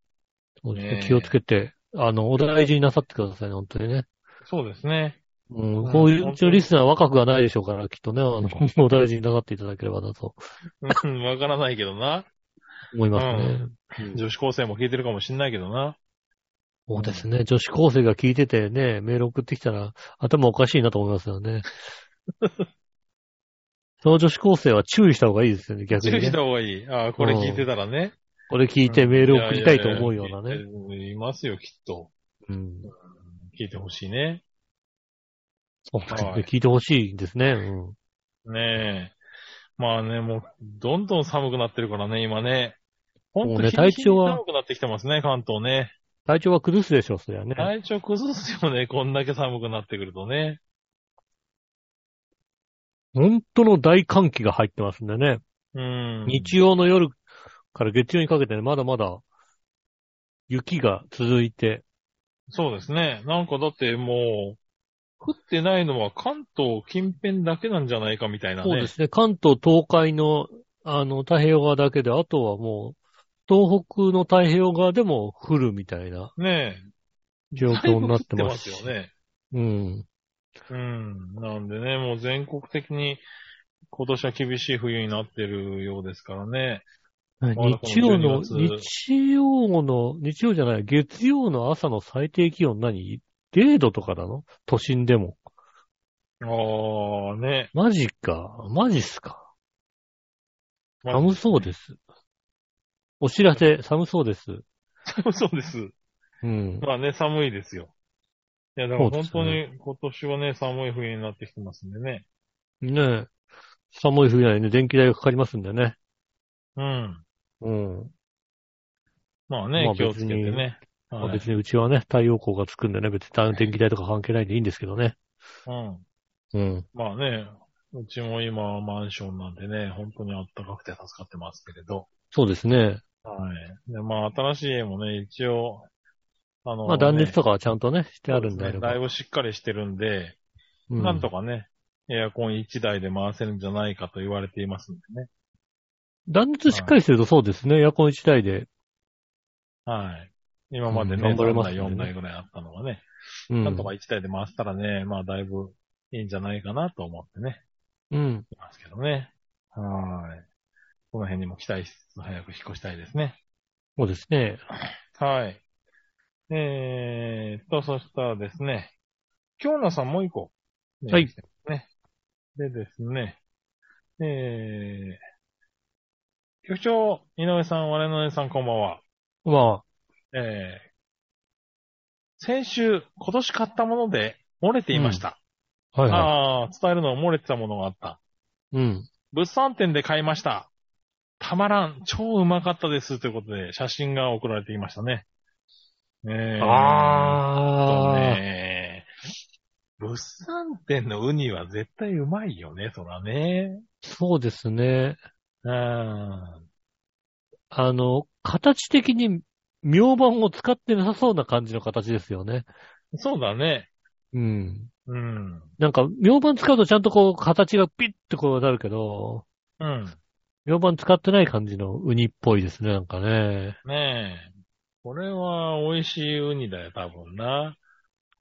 [SPEAKER 2] そうですね
[SPEAKER 3] ねえ
[SPEAKER 2] 気をつけて、あの、お大事になさってくださいね、本当にね。
[SPEAKER 3] そうですね。
[SPEAKER 2] う、
[SPEAKER 3] うんん
[SPEAKER 2] こういう、うちのリスナーは若くはないでしょうから、きっとね、あの、お大事になさっていただければなと
[SPEAKER 3] うんわからないけどな。
[SPEAKER 2] 思いますね。うん
[SPEAKER 3] 女子高生も聞いてるかもしんないけどな。
[SPEAKER 2] そうですね。女子高生が聞いててね、メール送ってきたら頭おかしいなと思いますよ ね。その女子高生は注意した方がいいですよね、逆
[SPEAKER 3] 注
[SPEAKER 2] に、
[SPEAKER 3] 意
[SPEAKER 2] ね
[SPEAKER 3] した。方がいい。ああ、これ聞いてたらね。
[SPEAKER 2] これ聞いてメールを送りたいと思うようなね。
[SPEAKER 3] いやいやいや。いますよ、きっと。
[SPEAKER 2] うん。
[SPEAKER 3] 聞いてほしいね。
[SPEAKER 2] そうですね
[SPEAKER 3] はい
[SPEAKER 2] 聞いてほしいんですね。うん。
[SPEAKER 3] ねえ。まあね、もう、どんどん寒くなってるからね、今ね。ほん
[SPEAKER 2] もう
[SPEAKER 3] と
[SPEAKER 2] ね
[SPEAKER 3] に日に
[SPEAKER 2] 体調は
[SPEAKER 3] 寒くなってきてますね、関東ね。
[SPEAKER 2] 体調は崩すでしょう、そりゃね。
[SPEAKER 3] 体調崩すよね、 こんだけ寒くなってくるとね。
[SPEAKER 2] 本当の大寒気が入ってますんでね。
[SPEAKER 3] うん。
[SPEAKER 2] 日曜の夜から月曜にかけてね、まだまだ雪が続いて、
[SPEAKER 3] そうですね。なんかだってもう、降ってないのは関東近辺だけなんじゃないかみたいなね。
[SPEAKER 2] そうですね、関東、東海の、あの、太平洋側だけで、あとはもう、東北の太平洋側でも降るみたいな
[SPEAKER 3] ね
[SPEAKER 2] 状
[SPEAKER 3] え。
[SPEAKER 2] 況になって
[SPEAKER 3] だいぶ降
[SPEAKER 2] ま
[SPEAKER 3] っ
[SPEAKER 2] す。
[SPEAKER 3] てますよね。
[SPEAKER 2] うん。
[SPEAKER 3] うん。なんでね、もう全国的に今年は厳しい冬になってるようですからね。
[SPEAKER 2] 日曜の、
[SPEAKER 3] この12月
[SPEAKER 2] 日曜の、日曜じゃない、月曜の朝の最低気温何 ?0 度とかなの都心でも。
[SPEAKER 3] ああ、ね。
[SPEAKER 2] マジか。マジっすか。
[SPEAKER 3] まあ
[SPEAKER 2] 寒そうです。お知らせ、寒そうです。
[SPEAKER 3] そうです。
[SPEAKER 2] うん。
[SPEAKER 3] まあね、寒いですよ。いや、だか
[SPEAKER 2] そ
[SPEAKER 3] ら
[SPEAKER 2] うで
[SPEAKER 3] 本
[SPEAKER 2] す
[SPEAKER 3] 当
[SPEAKER 2] ね
[SPEAKER 3] に今年はね、寒い冬になってきてますんでね。
[SPEAKER 2] ねえ。寒い冬なので電気代がかかりますんでね。
[SPEAKER 3] うん。
[SPEAKER 2] うん。
[SPEAKER 3] まあね、
[SPEAKER 2] まあ
[SPEAKER 3] 気をつけて
[SPEAKER 2] 別に
[SPEAKER 3] ね。
[SPEAKER 2] まあ
[SPEAKER 3] はい
[SPEAKER 2] 別にうちはね、太陽光がつくんでね、別に電気代とか関係ないんでいいんですけどね。
[SPEAKER 3] うん。
[SPEAKER 2] うん。
[SPEAKER 3] まあね、うちも今マンションなんでね、本当に暖かくて助かってますけれど。
[SPEAKER 2] そうですね。
[SPEAKER 3] はい。で、まあ新しい家もね、一応、あの、
[SPEAKER 2] まあ断熱
[SPEAKER 3] ね
[SPEAKER 2] とかはちゃんとね、してあるんであれ
[SPEAKER 3] そうですね
[SPEAKER 2] ば
[SPEAKER 3] だい。ぶしっかりしてるんで、
[SPEAKER 2] う
[SPEAKER 3] なんとかね、エアコン1台で回せるんじゃないかと言われていますんでね。
[SPEAKER 2] 断熱しっかりするとそうですね。エアコン1台で。
[SPEAKER 3] はい。今までね、
[SPEAKER 2] うん頑張れますんでね
[SPEAKER 3] 4台ぐらいあったのがね、
[SPEAKER 2] うん。
[SPEAKER 3] なんとか1台で回せたらね、まあだいぶいいんじゃないかなと思ってね、
[SPEAKER 2] うん。
[SPEAKER 3] いますけどね。はーい。この辺にも期待しつつ早く引っ越したいですね。
[SPEAKER 2] そうですね。
[SPEAKER 3] はい。えーっと、そしたらですね、京奈さんもう一個、ね
[SPEAKER 2] はい。
[SPEAKER 3] 来てますね。でですね、えー、局長、井上さん、我々のさん、こんばんは。
[SPEAKER 2] まあ、
[SPEAKER 3] えー、先週、今年買ったもので漏れていました。
[SPEAKER 2] はいは
[SPEAKER 3] ああ、伝えるのは漏れてたものがあった。
[SPEAKER 2] い。うん。
[SPEAKER 3] 物産展で買いました。たまらん。超うまかったです。ということで、写真が送られてきましたね。えー、
[SPEAKER 2] ああ、
[SPEAKER 3] ね。物産展のウニは絶対うまいよね、そらね。
[SPEAKER 2] そうですね。
[SPEAKER 3] うん。
[SPEAKER 2] あの、形的に明板を使ってなさそうな感じの形ですよね。
[SPEAKER 3] そうだね。
[SPEAKER 2] うん。
[SPEAKER 3] うん。
[SPEAKER 2] なんか、明板使うとちゃんとこう、形がピッてこうなるけど、
[SPEAKER 3] うん。
[SPEAKER 2] 明板使ってない感じのウニっぽいですね、なんかね。
[SPEAKER 3] ねえ。これは美味しいウニだよ、多分な。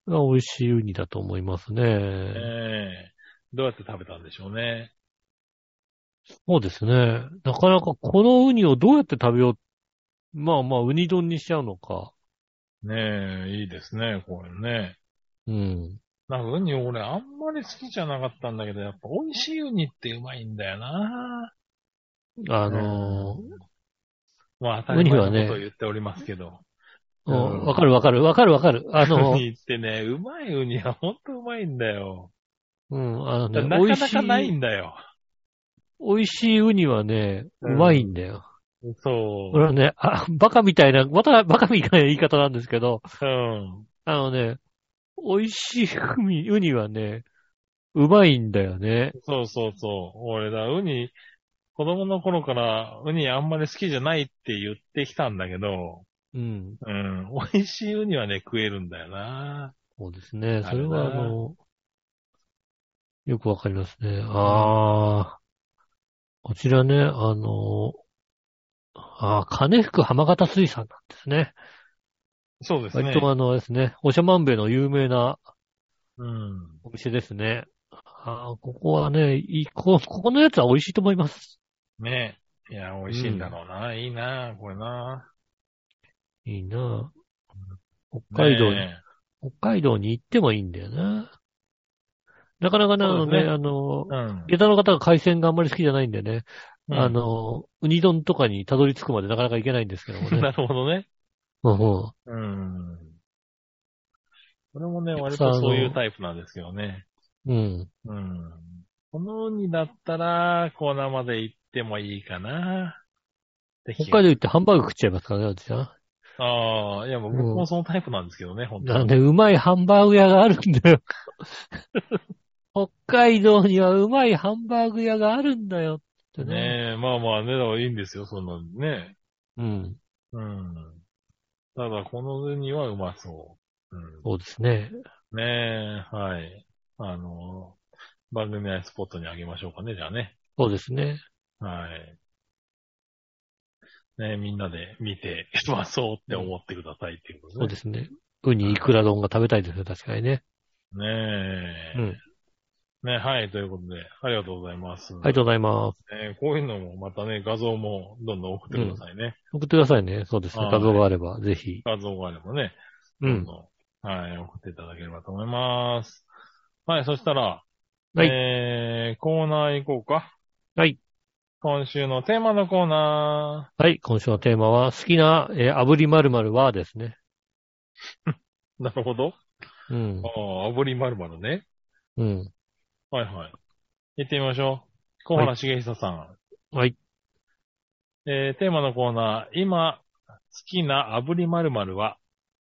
[SPEAKER 2] 美味しいウニだと思います
[SPEAKER 3] え
[SPEAKER 2] ね。
[SPEAKER 3] えどうやって食べたんでしょうね。
[SPEAKER 2] そうですね。なかなかこのウニをどうやって食べよう。まあまあ、ウニ丼にしちゃうのか。
[SPEAKER 3] ねえ、いいですね、これね。
[SPEAKER 2] うん。
[SPEAKER 3] なんかウニ俺あんまり好きじゃなかったんだけど、やっぱ美味しいウニってうまいんだよな。
[SPEAKER 2] あのー
[SPEAKER 3] まあ当たり前のことを言っておりますけど。
[SPEAKER 2] う
[SPEAKER 3] うんん
[SPEAKER 2] わかるわかるわかるわかる。あの
[SPEAKER 3] ウ、ニってね、うまいウニはほんとうまいんだよ。
[SPEAKER 2] うん、あのね、
[SPEAKER 3] なか
[SPEAKER 2] 美
[SPEAKER 3] な
[SPEAKER 2] 味しい
[SPEAKER 3] か、ないんだよ。
[SPEAKER 2] 美味しいウニはね、う
[SPEAKER 3] うん
[SPEAKER 2] まいんだよ。
[SPEAKER 3] そ
[SPEAKER 2] これはね、あ、バカみたいな、またバカみたいな言い方なんですけど、
[SPEAKER 3] う。うん。
[SPEAKER 2] あのね、美味しいウニウニはね、うまいんだよね。
[SPEAKER 3] そうそうそう。俺だ、ウニ、子供の頃からウニあんまり好きじゃないって言ってきたんだけど、
[SPEAKER 2] うん。
[SPEAKER 3] うん。美味しいウニはね、食えるんだよな。
[SPEAKER 2] そうですね。
[SPEAKER 3] な
[SPEAKER 2] それ
[SPEAKER 3] るな
[SPEAKER 2] は、あの、よくわかりますね。ああ。こちらね、あの、ああ、金福浜形水産なんですね。
[SPEAKER 3] そうですね
[SPEAKER 2] 割。とあの、あれですね、おしゃまんべいの有名な
[SPEAKER 3] うん。
[SPEAKER 2] お店ですね。ああ、ここはね、いい、こ、ここのやつは美味しいと思います。
[SPEAKER 3] ねいや、美味しいんだろうな。いいな、これな。
[SPEAKER 2] いいなぁ北海道に、
[SPEAKER 3] ね
[SPEAKER 2] 北海道に行ってもいいんだよな。なかなかね、あ
[SPEAKER 3] そ
[SPEAKER 2] の
[SPEAKER 3] うです
[SPEAKER 2] ね、
[SPEAKER 3] ね
[SPEAKER 2] あの、
[SPEAKER 3] うん。
[SPEAKER 2] 下駄の方が海鮮があんまり好きじゃないんでね、
[SPEAKER 3] うん
[SPEAKER 2] あ、の、ウニ丼とかにたどり着くまでなかなか行 けないんですけどもね。
[SPEAKER 3] なるほどね。
[SPEAKER 2] うんうん
[SPEAKER 3] うん。これもね、
[SPEAKER 2] よく
[SPEAKER 3] 割
[SPEAKER 2] さ
[SPEAKER 3] とそういうタイプなんですけどね。
[SPEAKER 2] うん。
[SPEAKER 3] うん。このウニだったら、コーナーまで行ってもいいかな。
[SPEAKER 2] 北海道行ってハンバーグ食っちゃいますからね、私は。
[SPEAKER 3] 道ああ、いや、僕
[SPEAKER 2] うん
[SPEAKER 3] もそのタイプなんですけどね、本当
[SPEAKER 2] なんで、うまいハンバーグ屋があるん だよ。北海道にはうまいハンバーグ屋があるんだよってね。
[SPEAKER 3] ねえ、まあまあね、だからいいんですよ、そんなんね。
[SPEAKER 2] うん。
[SPEAKER 3] うん。ただ、このウニはうまそう。う
[SPEAKER 2] そうですね。
[SPEAKER 3] ん。ねえ、はい。あの、番組内スポットにあげましょうかね、じゃあね。
[SPEAKER 2] そうですね。
[SPEAKER 3] はい。ね、みんなで見て、 まあそうって思ってくださいっていうこと
[SPEAKER 2] そう
[SPEAKER 3] ね。
[SPEAKER 2] ですね。ウニイクラ丼が食べたいですね、確かにね。
[SPEAKER 3] ねえ
[SPEAKER 2] う。ん。
[SPEAKER 3] ね、はい、ということで、ありがとうございます。
[SPEAKER 2] ありがとうございます。
[SPEAKER 3] ねこういうのもまたね、画像もどんどん送ってくださいね。
[SPEAKER 2] 送ってくださいね。そうですね。
[SPEAKER 3] はい
[SPEAKER 2] 画像があれば、ぜひ。
[SPEAKER 3] 画像があればね、
[SPEAKER 2] う
[SPEAKER 3] どん
[SPEAKER 2] ん。
[SPEAKER 3] どん、はい、送っていただければと思います。はい、そしたら、
[SPEAKER 2] はい
[SPEAKER 3] えー、コーナー行こうか。
[SPEAKER 2] はい。
[SPEAKER 3] 今週のテーマのコーナ
[SPEAKER 2] はい。今週のテーマは、好きな、えー炙り〇〇はですね。
[SPEAKER 3] ー。なるほど。
[SPEAKER 2] うん。
[SPEAKER 3] ああ、炙りまるまるね。
[SPEAKER 2] うん。
[SPEAKER 3] はいはい。行ってみましょう。小原茂久さん。
[SPEAKER 2] はい。
[SPEAKER 3] えー、テーマのコーナー、今、好きな炙り〇〇は、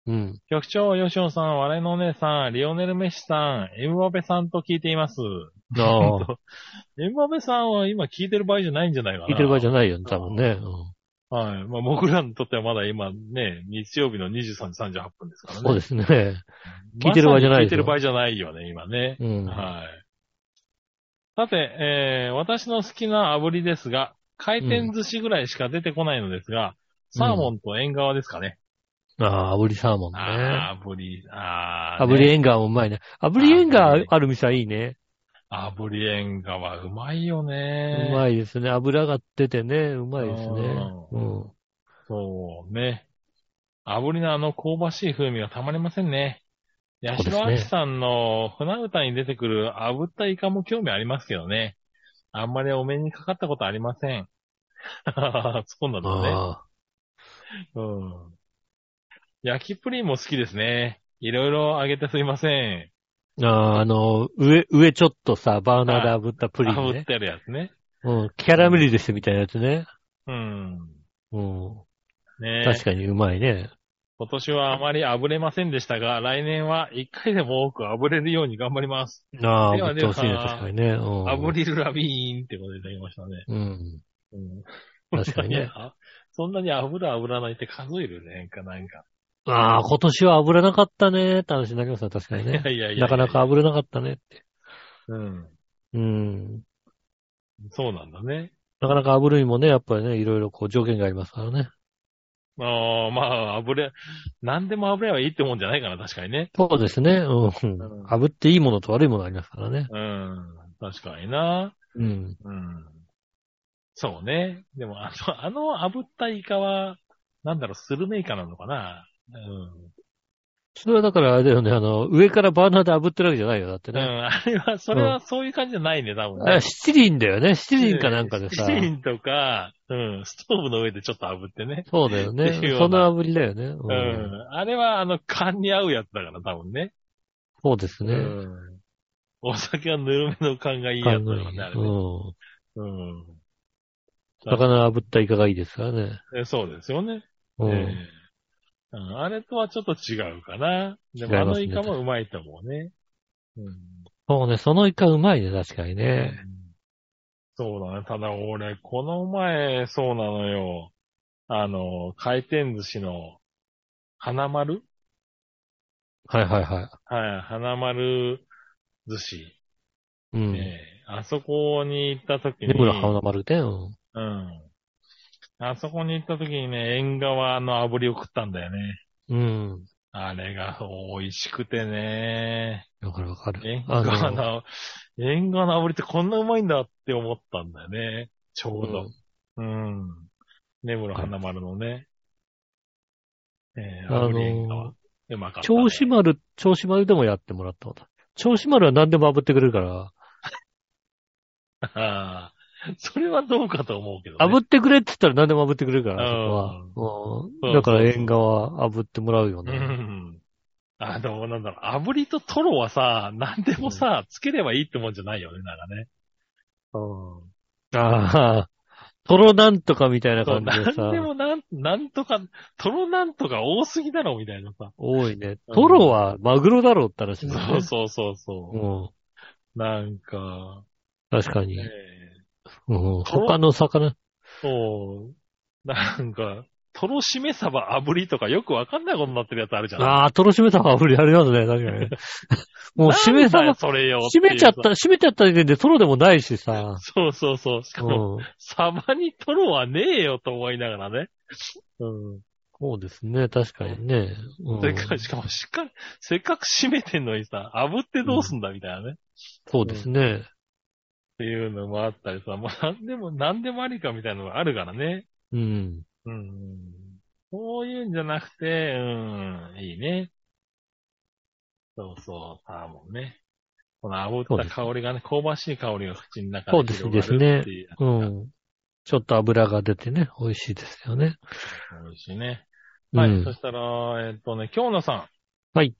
[SPEAKER 2] うん。
[SPEAKER 3] 局長、吉野さん、笑いのお姉さん、リオネル・メッシさん、エムバペさんと聞いています。
[SPEAKER 2] ああ。
[SPEAKER 3] エムバペさんは今聞いてる場合じゃないんじゃない かな。
[SPEAKER 2] 聞いてる場合じ
[SPEAKER 3] ゃ
[SPEAKER 2] ゃないよね、多分ね。
[SPEAKER 3] はい。まあ僕らにとってはまだ今ね、日曜日の23時38分ですか
[SPEAKER 2] う
[SPEAKER 3] ら
[SPEAKER 2] ん
[SPEAKER 3] ね。。
[SPEAKER 2] そうですすね。聞いてる場合じゃない
[SPEAKER 3] 聞
[SPEAKER 2] です
[SPEAKER 3] いて
[SPEAKER 2] よ
[SPEAKER 3] る場合じゃないよね、今ね。
[SPEAKER 2] うん。
[SPEAKER 3] はい。さて、えー私の好きな炙りですが、回転寿司ぐらいしか出てこないのですが、サーモンと縁側ですかね。
[SPEAKER 2] ああ、炙りサーモンね。
[SPEAKER 3] あー炙り、あー
[SPEAKER 2] 炙り
[SPEAKER 3] ね
[SPEAKER 2] エンガーもうまいね。炙りエンガーある店はいいね。
[SPEAKER 3] 炙り縁側、うまいよね。
[SPEAKER 2] うまいですね。油が出てね、うまいですね。
[SPEAKER 3] う
[SPEAKER 2] うん。
[SPEAKER 3] そうね。炙りのあの香ばしい風味がたまりませんね。
[SPEAKER 2] うです
[SPEAKER 3] 八
[SPEAKER 2] ね
[SPEAKER 3] 代亜紀さんの船歌に出てくる炙ったイカも興味ありますけどね。あんまりお目にかかったことありません。 そうなんだね。
[SPEAKER 2] あ
[SPEAKER 3] うん。焼きプリンも好きですね。いろいろあげてすいません。
[SPEAKER 2] あ。あああの、上、上ちょっとさ、バーナーで炙ったプリン
[SPEAKER 3] 炙っ
[SPEAKER 2] ね。
[SPEAKER 3] てあるやつね。
[SPEAKER 2] うん。キャラメリですみたいなやつね。
[SPEAKER 3] うん。
[SPEAKER 2] うん。
[SPEAKER 3] ねえ
[SPEAKER 2] 確かにうまいね。
[SPEAKER 3] 今年はあまり炙れませんでしたが、来年は一回でも多く炙れるように頑張ります。
[SPEAKER 2] ああ、
[SPEAKER 3] で
[SPEAKER 2] 炙
[SPEAKER 3] は
[SPEAKER 2] ってほしい
[SPEAKER 3] で
[SPEAKER 2] ね、
[SPEAKER 3] は
[SPEAKER 2] 確かにね。うん。
[SPEAKER 3] 炙。リルラビーンってことでいただきましたね。
[SPEAKER 2] うん。
[SPEAKER 3] うん
[SPEAKER 2] 確かに ね。
[SPEAKER 3] あそんなに炙る炙らないって数えるねなんか、なんか。
[SPEAKER 2] ああ、今年は炙らなかったね、って話になりますね、確かに
[SPEAKER 3] いや
[SPEAKER 2] ね。
[SPEAKER 3] いやいやいや
[SPEAKER 2] なかな。か炙れなかったねって。
[SPEAKER 3] うん。
[SPEAKER 2] うん。
[SPEAKER 3] そうなんだね。
[SPEAKER 2] なかなか炙るにもね、やっぱりね、いろいろこう条件がありますからね。
[SPEAKER 3] ああ、まあ、炙れ、何でも炙ればいいってもんじゃないかな、確かにね。
[SPEAKER 2] そうですね。うん。炙っていいものと悪いものありますからね。
[SPEAKER 3] うん。確かにな。
[SPEAKER 2] うん。
[SPEAKER 3] うん。そうね。でも、あの、あの炙ったイカは、なんだろう、スルメイカなのかな。うん。
[SPEAKER 2] それはだからあれだよね、あの、上からバーナーで炙ってるわけじゃないよ、だって
[SPEAKER 3] うん、
[SPEAKER 2] ね。
[SPEAKER 3] あれは、それはそういう感じじゃないね、多分
[SPEAKER 2] あ
[SPEAKER 3] ね。
[SPEAKER 2] 七輪だよね。七輪かなんかでさ。
[SPEAKER 3] 七輪とか、うん、ストーブの上でちょっと炙ってね。
[SPEAKER 2] そうだよ
[SPEAKER 3] っ
[SPEAKER 2] ね
[SPEAKER 3] ていう。よう
[SPEAKER 2] そ
[SPEAKER 3] な
[SPEAKER 2] の炙りだよね。う。
[SPEAKER 3] うんん。あれは、あの、缶に合うやつだから、多分ね。
[SPEAKER 2] そうです
[SPEAKER 3] う
[SPEAKER 2] ね。
[SPEAKER 3] ん。お酒はぬるめの缶がいいやつだからね、あれ
[SPEAKER 2] うん。
[SPEAKER 3] ね。うん。
[SPEAKER 2] 魚炙ったイカがいいですからね。
[SPEAKER 3] えそうですよね。
[SPEAKER 2] う
[SPEAKER 3] え
[SPEAKER 2] ん。
[SPEAKER 3] えうんあれとはちょっと違うかな。でも、
[SPEAKER 2] 違い
[SPEAKER 3] あ
[SPEAKER 2] ます
[SPEAKER 3] の
[SPEAKER 2] ね
[SPEAKER 3] イカもうまいと思うね。うん。
[SPEAKER 2] そうね、そのイカうまいね、確かにね。
[SPEAKER 3] そうだね。ただ俺、この前、そうなのよ。あの、回転寿司の、花丸
[SPEAKER 2] はいはいは
[SPEAKER 3] はい、花丸寿司。
[SPEAKER 2] い。うん。
[SPEAKER 3] ええあそこに行った時に、
[SPEAKER 2] 根室花丸で、うん。
[SPEAKER 3] うん。あそこに行った時にね、縁側の炙りを食ったんだよね。
[SPEAKER 2] うん。
[SPEAKER 3] あれが美味しくてね。
[SPEAKER 2] わかるわかる
[SPEAKER 3] 縁。
[SPEAKER 2] あの、
[SPEAKER 3] 側の、縁側の炙りってこんなうまいんだって思ったんだよね。ちょうど。うん。根室花丸のね。えー、
[SPEAKER 2] あ
[SPEAKER 3] 炙り縁
[SPEAKER 2] の
[SPEAKER 3] 側。、うまかった、ね。
[SPEAKER 2] 銚子丸、銚子丸でもやってもらったこと。銚子丸は何でも炙ってくれるから、
[SPEAKER 3] あーそれはどうかと思うけど、ね。
[SPEAKER 2] 炙ってくれって言ったら何でも炙ってくれるから、
[SPEAKER 3] うん
[SPEAKER 2] そこ
[SPEAKER 3] そうそう
[SPEAKER 2] は。うん。だから縁側炙ってもらうよ
[SPEAKER 3] う
[SPEAKER 2] ね。
[SPEAKER 3] ん。あの、なんだろう、炙りとトロはさ、何でもさ、つければいいってもんじゃないよね、なんかね。う。
[SPEAKER 2] ああ、トロなんとかみたいなん
[SPEAKER 3] そう、
[SPEAKER 2] 感じで
[SPEAKER 3] 何
[SPEAKER 2] さ
[SPEAKER 3] で。もなん、なんとか、トロなんとか多すぎだろ、みたいなさ。
[SPEAKER 2] 多いね。トロはマグロだろうって話だ
[SPEAKER 3] そ
[SPEAKER 2] よ
[SPEAKER 3] う
[SPEAKER 2] ね。
[SPEAKER 3] そうそうそうう。 なんか、
[SPEAKER 2] ん。確かに
[SPEAKER 3] ね。え
[SPEAKER 2] うん。
[SPEAKER 3] トロ
[SPEAKER 2] 他の魚、
[SPEAKER 3] そう、なんか、トロしめサバ炙りとかよくわかんないことになってるやつあるじゃん。
[SPEAKER 2] ああ、トロ締めた方が不利ありますね、確かに ね。もう締め
[SPEAKER 3] なんだよ
[SPEAKER 2] さ、
[SPEAKER 3] それよて
[SPEAKER 2] 締
[SPEAKER 3] いうさ
[SPEAKER 2] めちゃった、締めちゃった時点でトロでもないしさ。
[SPEAKER 3] そうそうそう。しか
[SPEAKER 2] う
[SPEAKER 3] も、
[SPEAKER 2] ん。
[SPEAKER 3] サバにトロはねえよと思いながらね。うん。
[SPEAKER 2] そうですね、確かにね。うん
[SPEAKER 3] それから、しかも、しっかり、せっかく締めてんのにさ、炙ってどうすんだみたいなね。っ
[SPEAKER 2] そうですね。
[SPEAKER 3] ていうのもあったりさ、もう何でも、何でもありかみたいなのがあるからね。
[SPEAKER 2] うん。
[SPEAKER 3] うん。そういうんじゃなくて、うん、いいね。そうそう、サーモンね。この炙った香りがね、香ばしい香りが口の中
[SPEAKER 2] そう
[SPEAKER 3] で
[SPEAKER 2] です
[SPEAKER 3] 広がるっていう。
[SPEAKER 2] うん。ちょっと油が出てね、美味しいですよね。
[SPEAKER 3] 美味しいね。
[SPEAKER 2] うん
[SPEAKER 3] はい。そしたら、えっとね、京野さん。
[SPEAKER 2] はい。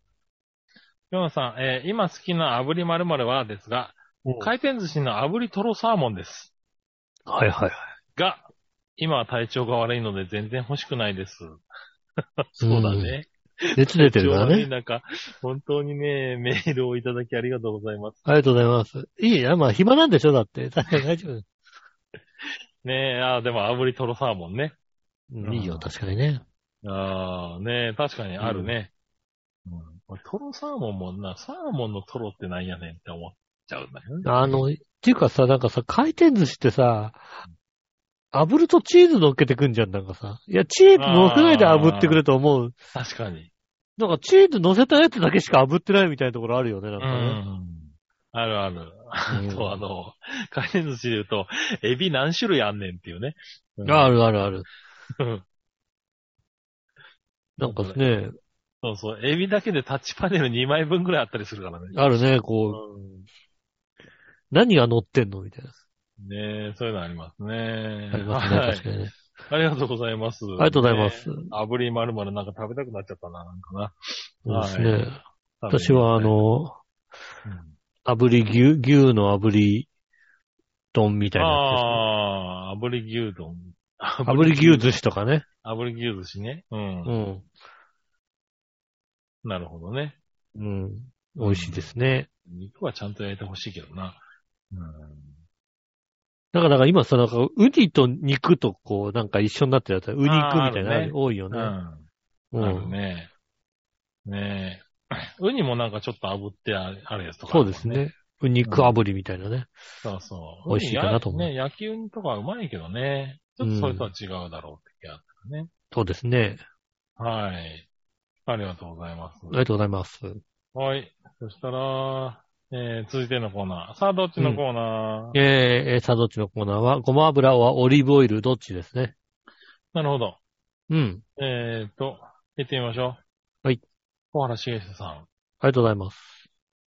[SPEAKER 3] 京野さん、えー今好きな炙り〇〇はですが、回転寿司の炙りトロサーモンです。
[SPEAKER 2] はいはいはい。
[SPEAKER 3] が、今は体調が悪いので全然欲しくな いです。そうだね。
[SPEAKER 2] 熱出てる から
[SPEAKER 3] 体調悪い
[SPEAKER 2] ね。
[SPEAKER 3] 中、本当にね、メールをいただきありがとうございます。
[SPEAKER 2] ありがとうございます。いいや、まあ暇なんでしょだって。確かに大丈 夫。
[SPEAKER 3] ねえ、ああ、でも炙りトロサーモンね。
[SPEAKER 2] うんいいよ、確かにね。
[SPEAKER 3] ああ、ねえ、確かにあるね。うん俺トロサーモンもな、サーモンのトロってなんやねんって思っちゃうんだよね。
[SPEAKER 2] あの、っていうかさ、なんかさ、回転寿司ってさ、炙るとチーズ乗っけてくんじゃん、なんかさ。いや、チーズ乗せないで炙ってくれと思う。
[SPEAKER 3] 確かに。
[SPEAKER 2] なんかチーズ乗せたやつだけしか炙ってないみたいなところあるよね、なん
[SPEAKER 3] う
[SPEAKER 2] かね。
[SPEAKER 3] ん。あるある。あ
[SPEAKER 2] うん
[SPEAKER 3] と、あの、回転寿司で言うと、エビ何種類あんねんっていうね。うん
[SPEAKER 2] あるあるある。
[SPEAKER 3] うん
[SPEAKER 2] なんかね、
[SPEAKER 3] そうそう。エビだけでタッチパネル2枚分ぐらいあったりするからね。
[SPEAKER 2] あるね、
[SPEAKER 3] う
[SPEAKER 2] こう、
[SPEAKER 3] ん
[SPEAKER 2] 何が乗ってんのみたいな。
[SPEAKER 3] ねえ、そういうのありますね。
[SPEAKER 2] ありますね、
[SPEAKER 3] はい
[SPEAKER 2] 確かにね。
[SPEAKER 3] ありがとうございます。
[SPEAKER 2] ありがとうございま
[SPEAKER 3] ね
[SPEAKER 2] す。
[SPEAKER 3] え。炙り丸々なんか食べたくなっちゃったな、なんかな。
[SPEAKER 2] そうですね。
[SPEAKER 3] はい
[SPEAKER 2] 私は、あ、の、
[SPEAKER 3] うん
[SPEAKER 2] 炙り牛、牛の炙り丼みたいなや
[SPEAKER 3] ああ、炙り牛丼。
[SPEAKER 2] つですね。炙り牛寿司とかね。
[SPEAKER 3] 炙り牛寿司ね。うん。
[SPEAKER 2] うん。
[SPEAKER 3] なるほどね。
[SPEAKER 2] うん。美味しいですね。
[SPEAKER 3] 肉はちゃんと焼いてほしいけどな。うん。
[SPEAKER 2] だから、今さ、なんか、ウニと肉とこう、なんか一緒になってるやつ、ウニ肉みたいな
[SPEAKER 3] あるね
[SPEAKER 2] の多いよ
[SPEAKER 3] う
[SPEAKER 2] ね。
[SPEAKER 3] ん。
[SPEAKER 2] う
[SPEAKER 3] ある
[SPEAKER 2] ん。
[SPEAKER 3] ね。ねえ。 ウニもなんかちょっと炙ってあるあるやつとか、
[SPEAKER 2] そうです。ね。ウニ肉炙りみたいなね。
[SPEAKER 3] そうそう。
[SPEAKER 2] 美味しいかなと思う
[SPEAKER 3] ウニやね、焼きウニとかはうまいけどね。ちょっとそれとは違うだろうって気があったね。
[SPEAKER 2] そうですね。
[SPEAKER 3] はい。ありがとうございます。
[SPEAKER 2] ありがとうございます。
[SPEAKER 3] はい。そしたら、えー、続いてのコーナー。さあ、どっちのコーナー、
[SPEAKER 2] えー、えーさあどっちのコーナーは、ごま油はオリーブオイルどっちですね。
[SPEAKER 3] なるほど。
[SPEAKER 2] うん。
[SPEAKER 3] えーと、行ってみましょう。
[SPEAKER 2] はい。
[SPEAKER 3] 小原茂久さん。
[SPEAKER 2] ありがとうございます。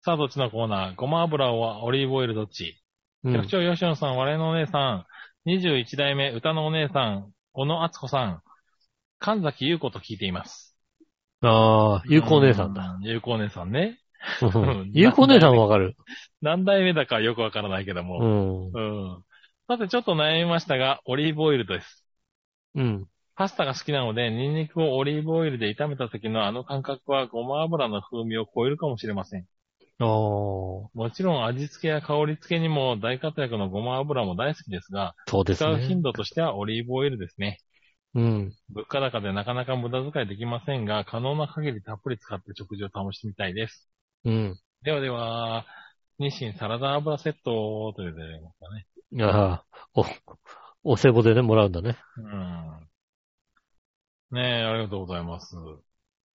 [SPEAKER 3] さあ、どっちのコーナーごま油はオリーブオイルどっち
[SPEAKER 2] う
[SPEAKER 3] 局
[SPEAKER 2] ん。
[SPEAKER 3] 長吉野さん、我のお姉さん、21代目歌のお姉さん、小野敦子さん、神崎優子と聞いています。
[SPEAKER 2] ああ、有効姉さんだ。
[SPEAKER 3] う。有効姉さんね。 ん
[SPEAKER 2] 有効姉さんわかる。
[SPEAKER 3] 何代目だかよくわからないけど
[SPEAKER 2] う
[SPEAKER 3] も。
[SPEAKER 2] ん。
[SPEAKER 3] うん。さて、ちょっと悩みましたが、オリーブオイルです。
[SPEAKER 2] うん。
[SPEAKER 3] パスタが好きなので、ニンニクをオリーブオイルで炒めた時のあの感覚はごま油の風味を超えるかもしれません。
[SPEAKER 2] ああ、
[SPEAKER 3] もちろん味付けや香り付けにも大活躍のごま油も大好きですが、
[SPEAKER 2] そうです
[SPEAKER 3] 使う
[SPEAKER 2] ね
[SPEAKER 3] 頻。度としてはオリーブオイルですね。
[SPEAKER 2] うん。
[SPEAKER 3] 物価高でなかなか無駄遣いできませんが、可能な限りたっぷり使って食事を楽しみたいです。
[SPEAKER 2] うん。
[SPEAKER 3] ではでは、日清サラダ油セットというでますかね。
[SPEAKER 2] ああ、お、お歳暮でね、もらうんだね。
[SPEAKER 3] うん。ねえ、ありがとうございます。
[SPEAKER 2] あ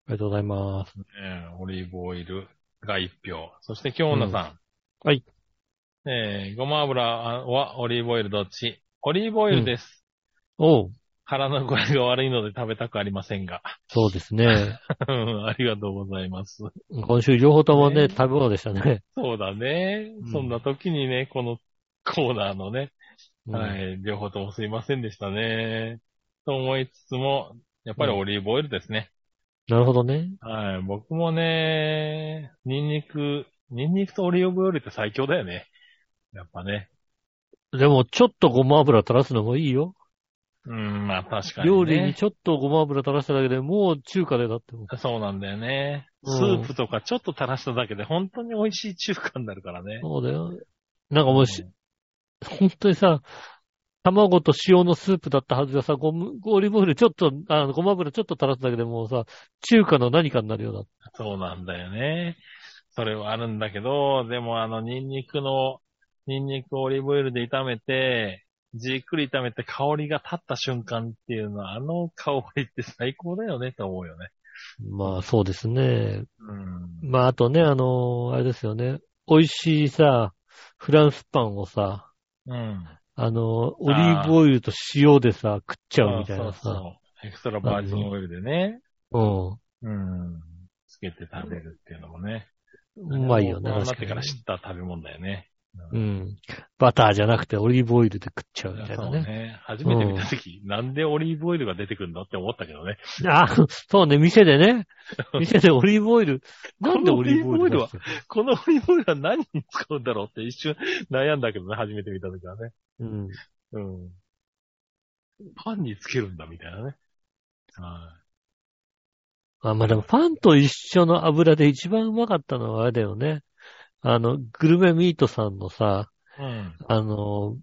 [SPEAKER 2] りがとうございます。
[SPEAKER 3] えーオリーブオイルが1票。そして、京女さん。
[SPEAKER 2] うんはい。
[SPEAKER 3] えーごま油はオリーブオイルどっちオリーブオイルです。
[SPEAKER 2] おう、
[SPEAKER 3] 腹の具合が悪いので食べたくありませんが。
[SPEAKER 2] そうですね。
[SPEAKER 3] うんありがとうございます。
[SPEAKER 2] 今週両方ともね、
[SPEAKER 3] ね
[SPEAKER 2] 食べ物でしたね。
[SPEAKER 3] そうだね。
[SPEAKER 2] うん
[SPEAKER 3] そんな時にね、このコーナーのね、
[SPEAKER 2] うん
[SPEAKER 3] はい、両方ともすいませんでしたね。と思いつつも、やっぱりオリーブオイルですね。
[SPEAKER 2] なるほどね。
[SPEAKER 3] はい、僕もね、ニンニク、ニンニクとオリーブオイルって最強だよね。やっぱね。
[SPEAKER 2] でも、ちょっとごま油垂らすのもいいよ。
[SPEAKER 3] うん、まあ確かに、ね。
[SPEAKER 2] 料理にちょっとごま油垂らしただけでもう中華でだっても。
[SPEAKER 3] そうなんだよね。
[SPEAKER 2] うん
[SPEAKER 3] スープとかちょっと垂らしただけで本当に美味しい中華になるからね。
[SPEAKER 2] そうだよ。なんかもうし、本当にさ、卵と塩のスープだったはずがさ、ごむオリーブオイルちょっと、あの、ごま油ちょっと垂らすだけでもうさ、中華の何かになるような。
[SPEAKER 3] そうなんだよね。それはあるんだけど、でもあの、ニンニクの、ニンニクをオリーブオイルで炒めて、じっくり炒めて香りが立った瞬間っていうのは、あの香りって最高だよねと思うよね。
[SPEAKER 2] まあ、そうですね。
[SPEAKER 3] うん。
[SPEAKER 2] まあ、あとね、あの、あれですよね。美味しいさ、フランスパンをさ、
[SPEAKER 3] うん。
[SPEAKER 2] あの、オリーブオイルと塩でさ、食っちゃうみたい
[SPEAKER 3] そ
[SPEAKER 2] な
[SPEAKER 3] う
[SPEAKER 2] さ。
[SPEAKER 3] そう。エクストラバージンオイルでね。うん。つけて食べるっていうのもね。
[SPEAKER 2] うん。うまいよね、
[SPEAKER 3] 大人になっ
[SPEAKER 2] 確
[SPEAKER 3] てか
[SPEAKER 2] からに。
[SPEAKER 3] 知った食べ物だよね。
[SPEAKER 2] うん。バターじゃなくてオリーブオイルで食っちゃうみたい
[SPEAKER 3] そ
[SPEAKER 2] な
[SPEAKER 3] う
[SPEAKER 2] ね。
[SPEAKER 3] ね。初めて見たとき、なんでオリーブオイルが出てくるんだって思ったけどね。
[SPEAKER 2] あ、そうね、店で ね。店でオリーブオイル。なんでオリーブオイル
[SPEAKER 3] このオリーブオイルは
[SPEAKER 2] 出してる
[SPEAKER 3] このオリーブオイルは何に使うんだろうって一瞬悩んだけどね、初めて見たときはね。
[SPEAKER 2] うん。
[SPEAKER 3] うん。パンにつけるんだみたいなね。は
[SPEAKER 2] あ、まあでもパンと一緒の油で一番うまかったのはあれだよね。あの、グルメミートさんのさ、
[SPEAKER 3] い。うん。
[SPEAKER 2] あの、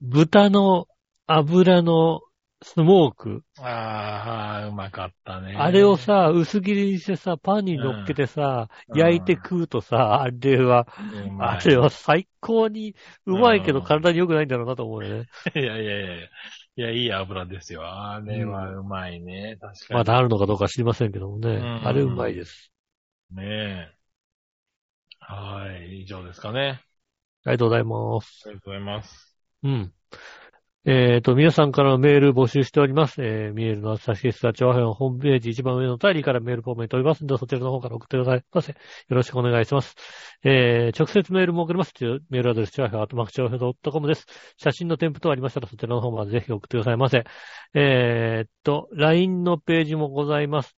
[SPEAKER 2] 豚の油のスモーク。
[SPEAKER 3] ああ、うまかったね。
[SPEAKER 2] あれをさ、薄切りにしてさ、パンに乗っけてさ、
[SPEAKER 3] うん
[SPEAKER 2] 焼いて食うとさ、あれは、
[SPEAKER 3] うま
[SPEAKER 2] あ
[SPEAKER 3] い、
[SPEAKER 2] れは最高にうまいけど
[SPEAKER 3] うん
[SPEAKER 2] 体に良くないんだろうなと思うよね。
[SPEAKER 3] いやいやいや。いや、いい油ですよ。あれはうまいね。確かに。
[SPEAKER 2] まだあるのかどうか知りませんけどもね。
[SPEAKER 3] ん
[SPEAKER 2] あれうまいです。
[SPEAKER 3] ねえ。はい。以上ですかね。
[SPEAKER 2] ありがとうございます。
[SPEAKER 3] ありがとうございます。
[SPEAKER 2] うん。えっ、と、皆さんからのメール募集しております。えー、メールの厚さしスタチョアヘのホームページ一番上の便りからメールフォームに飛びますので、そちらの方から送ってくださいませ。よろしくお願いします。えー、直接メールも送れます。メールアドレス、チョアヘアトマクチョアヘドットコムです。写真の添付等ありましたら、そちらの方までぜひ送ってくださいませ。えーっと、LINE のページもございます。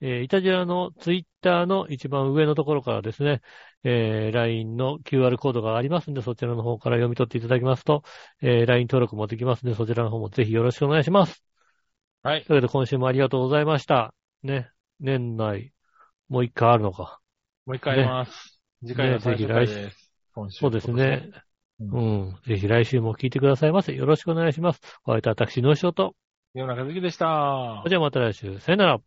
[SPEAKER 2] えー、イタジラのツイッターの一番上のところからですね、えー、LINE の QR コードがありますんで、そちらの方から読み取っていただきますと、えー LINE 登録もできますので、そちらの方もぜひよろしくお願いします。
[SPEAKER 3] はい。
[SPEAKER 2] というわけで、今週もありがとうございました。ね。年内、もう一回あるのか。
[SPEAKER 3] もう一回やります。次回の最終
[SPEAKER 2] ね
[SPEAKER 3] 回です。今週
[SPEAKER 2] そうですね。。
[SPEAKER 3] 今
[SPEAKER 2] う
[SPEAKER 3] 年
[SPEAKER 2] ん。ぜひ来週も聞いてくださいませ。よろしくお願いします。お相手は私、ノーショート。
[SPEAKER 3] 世の中好きでした
[SPEAKER 2] それ。ではまた来週。さよなら。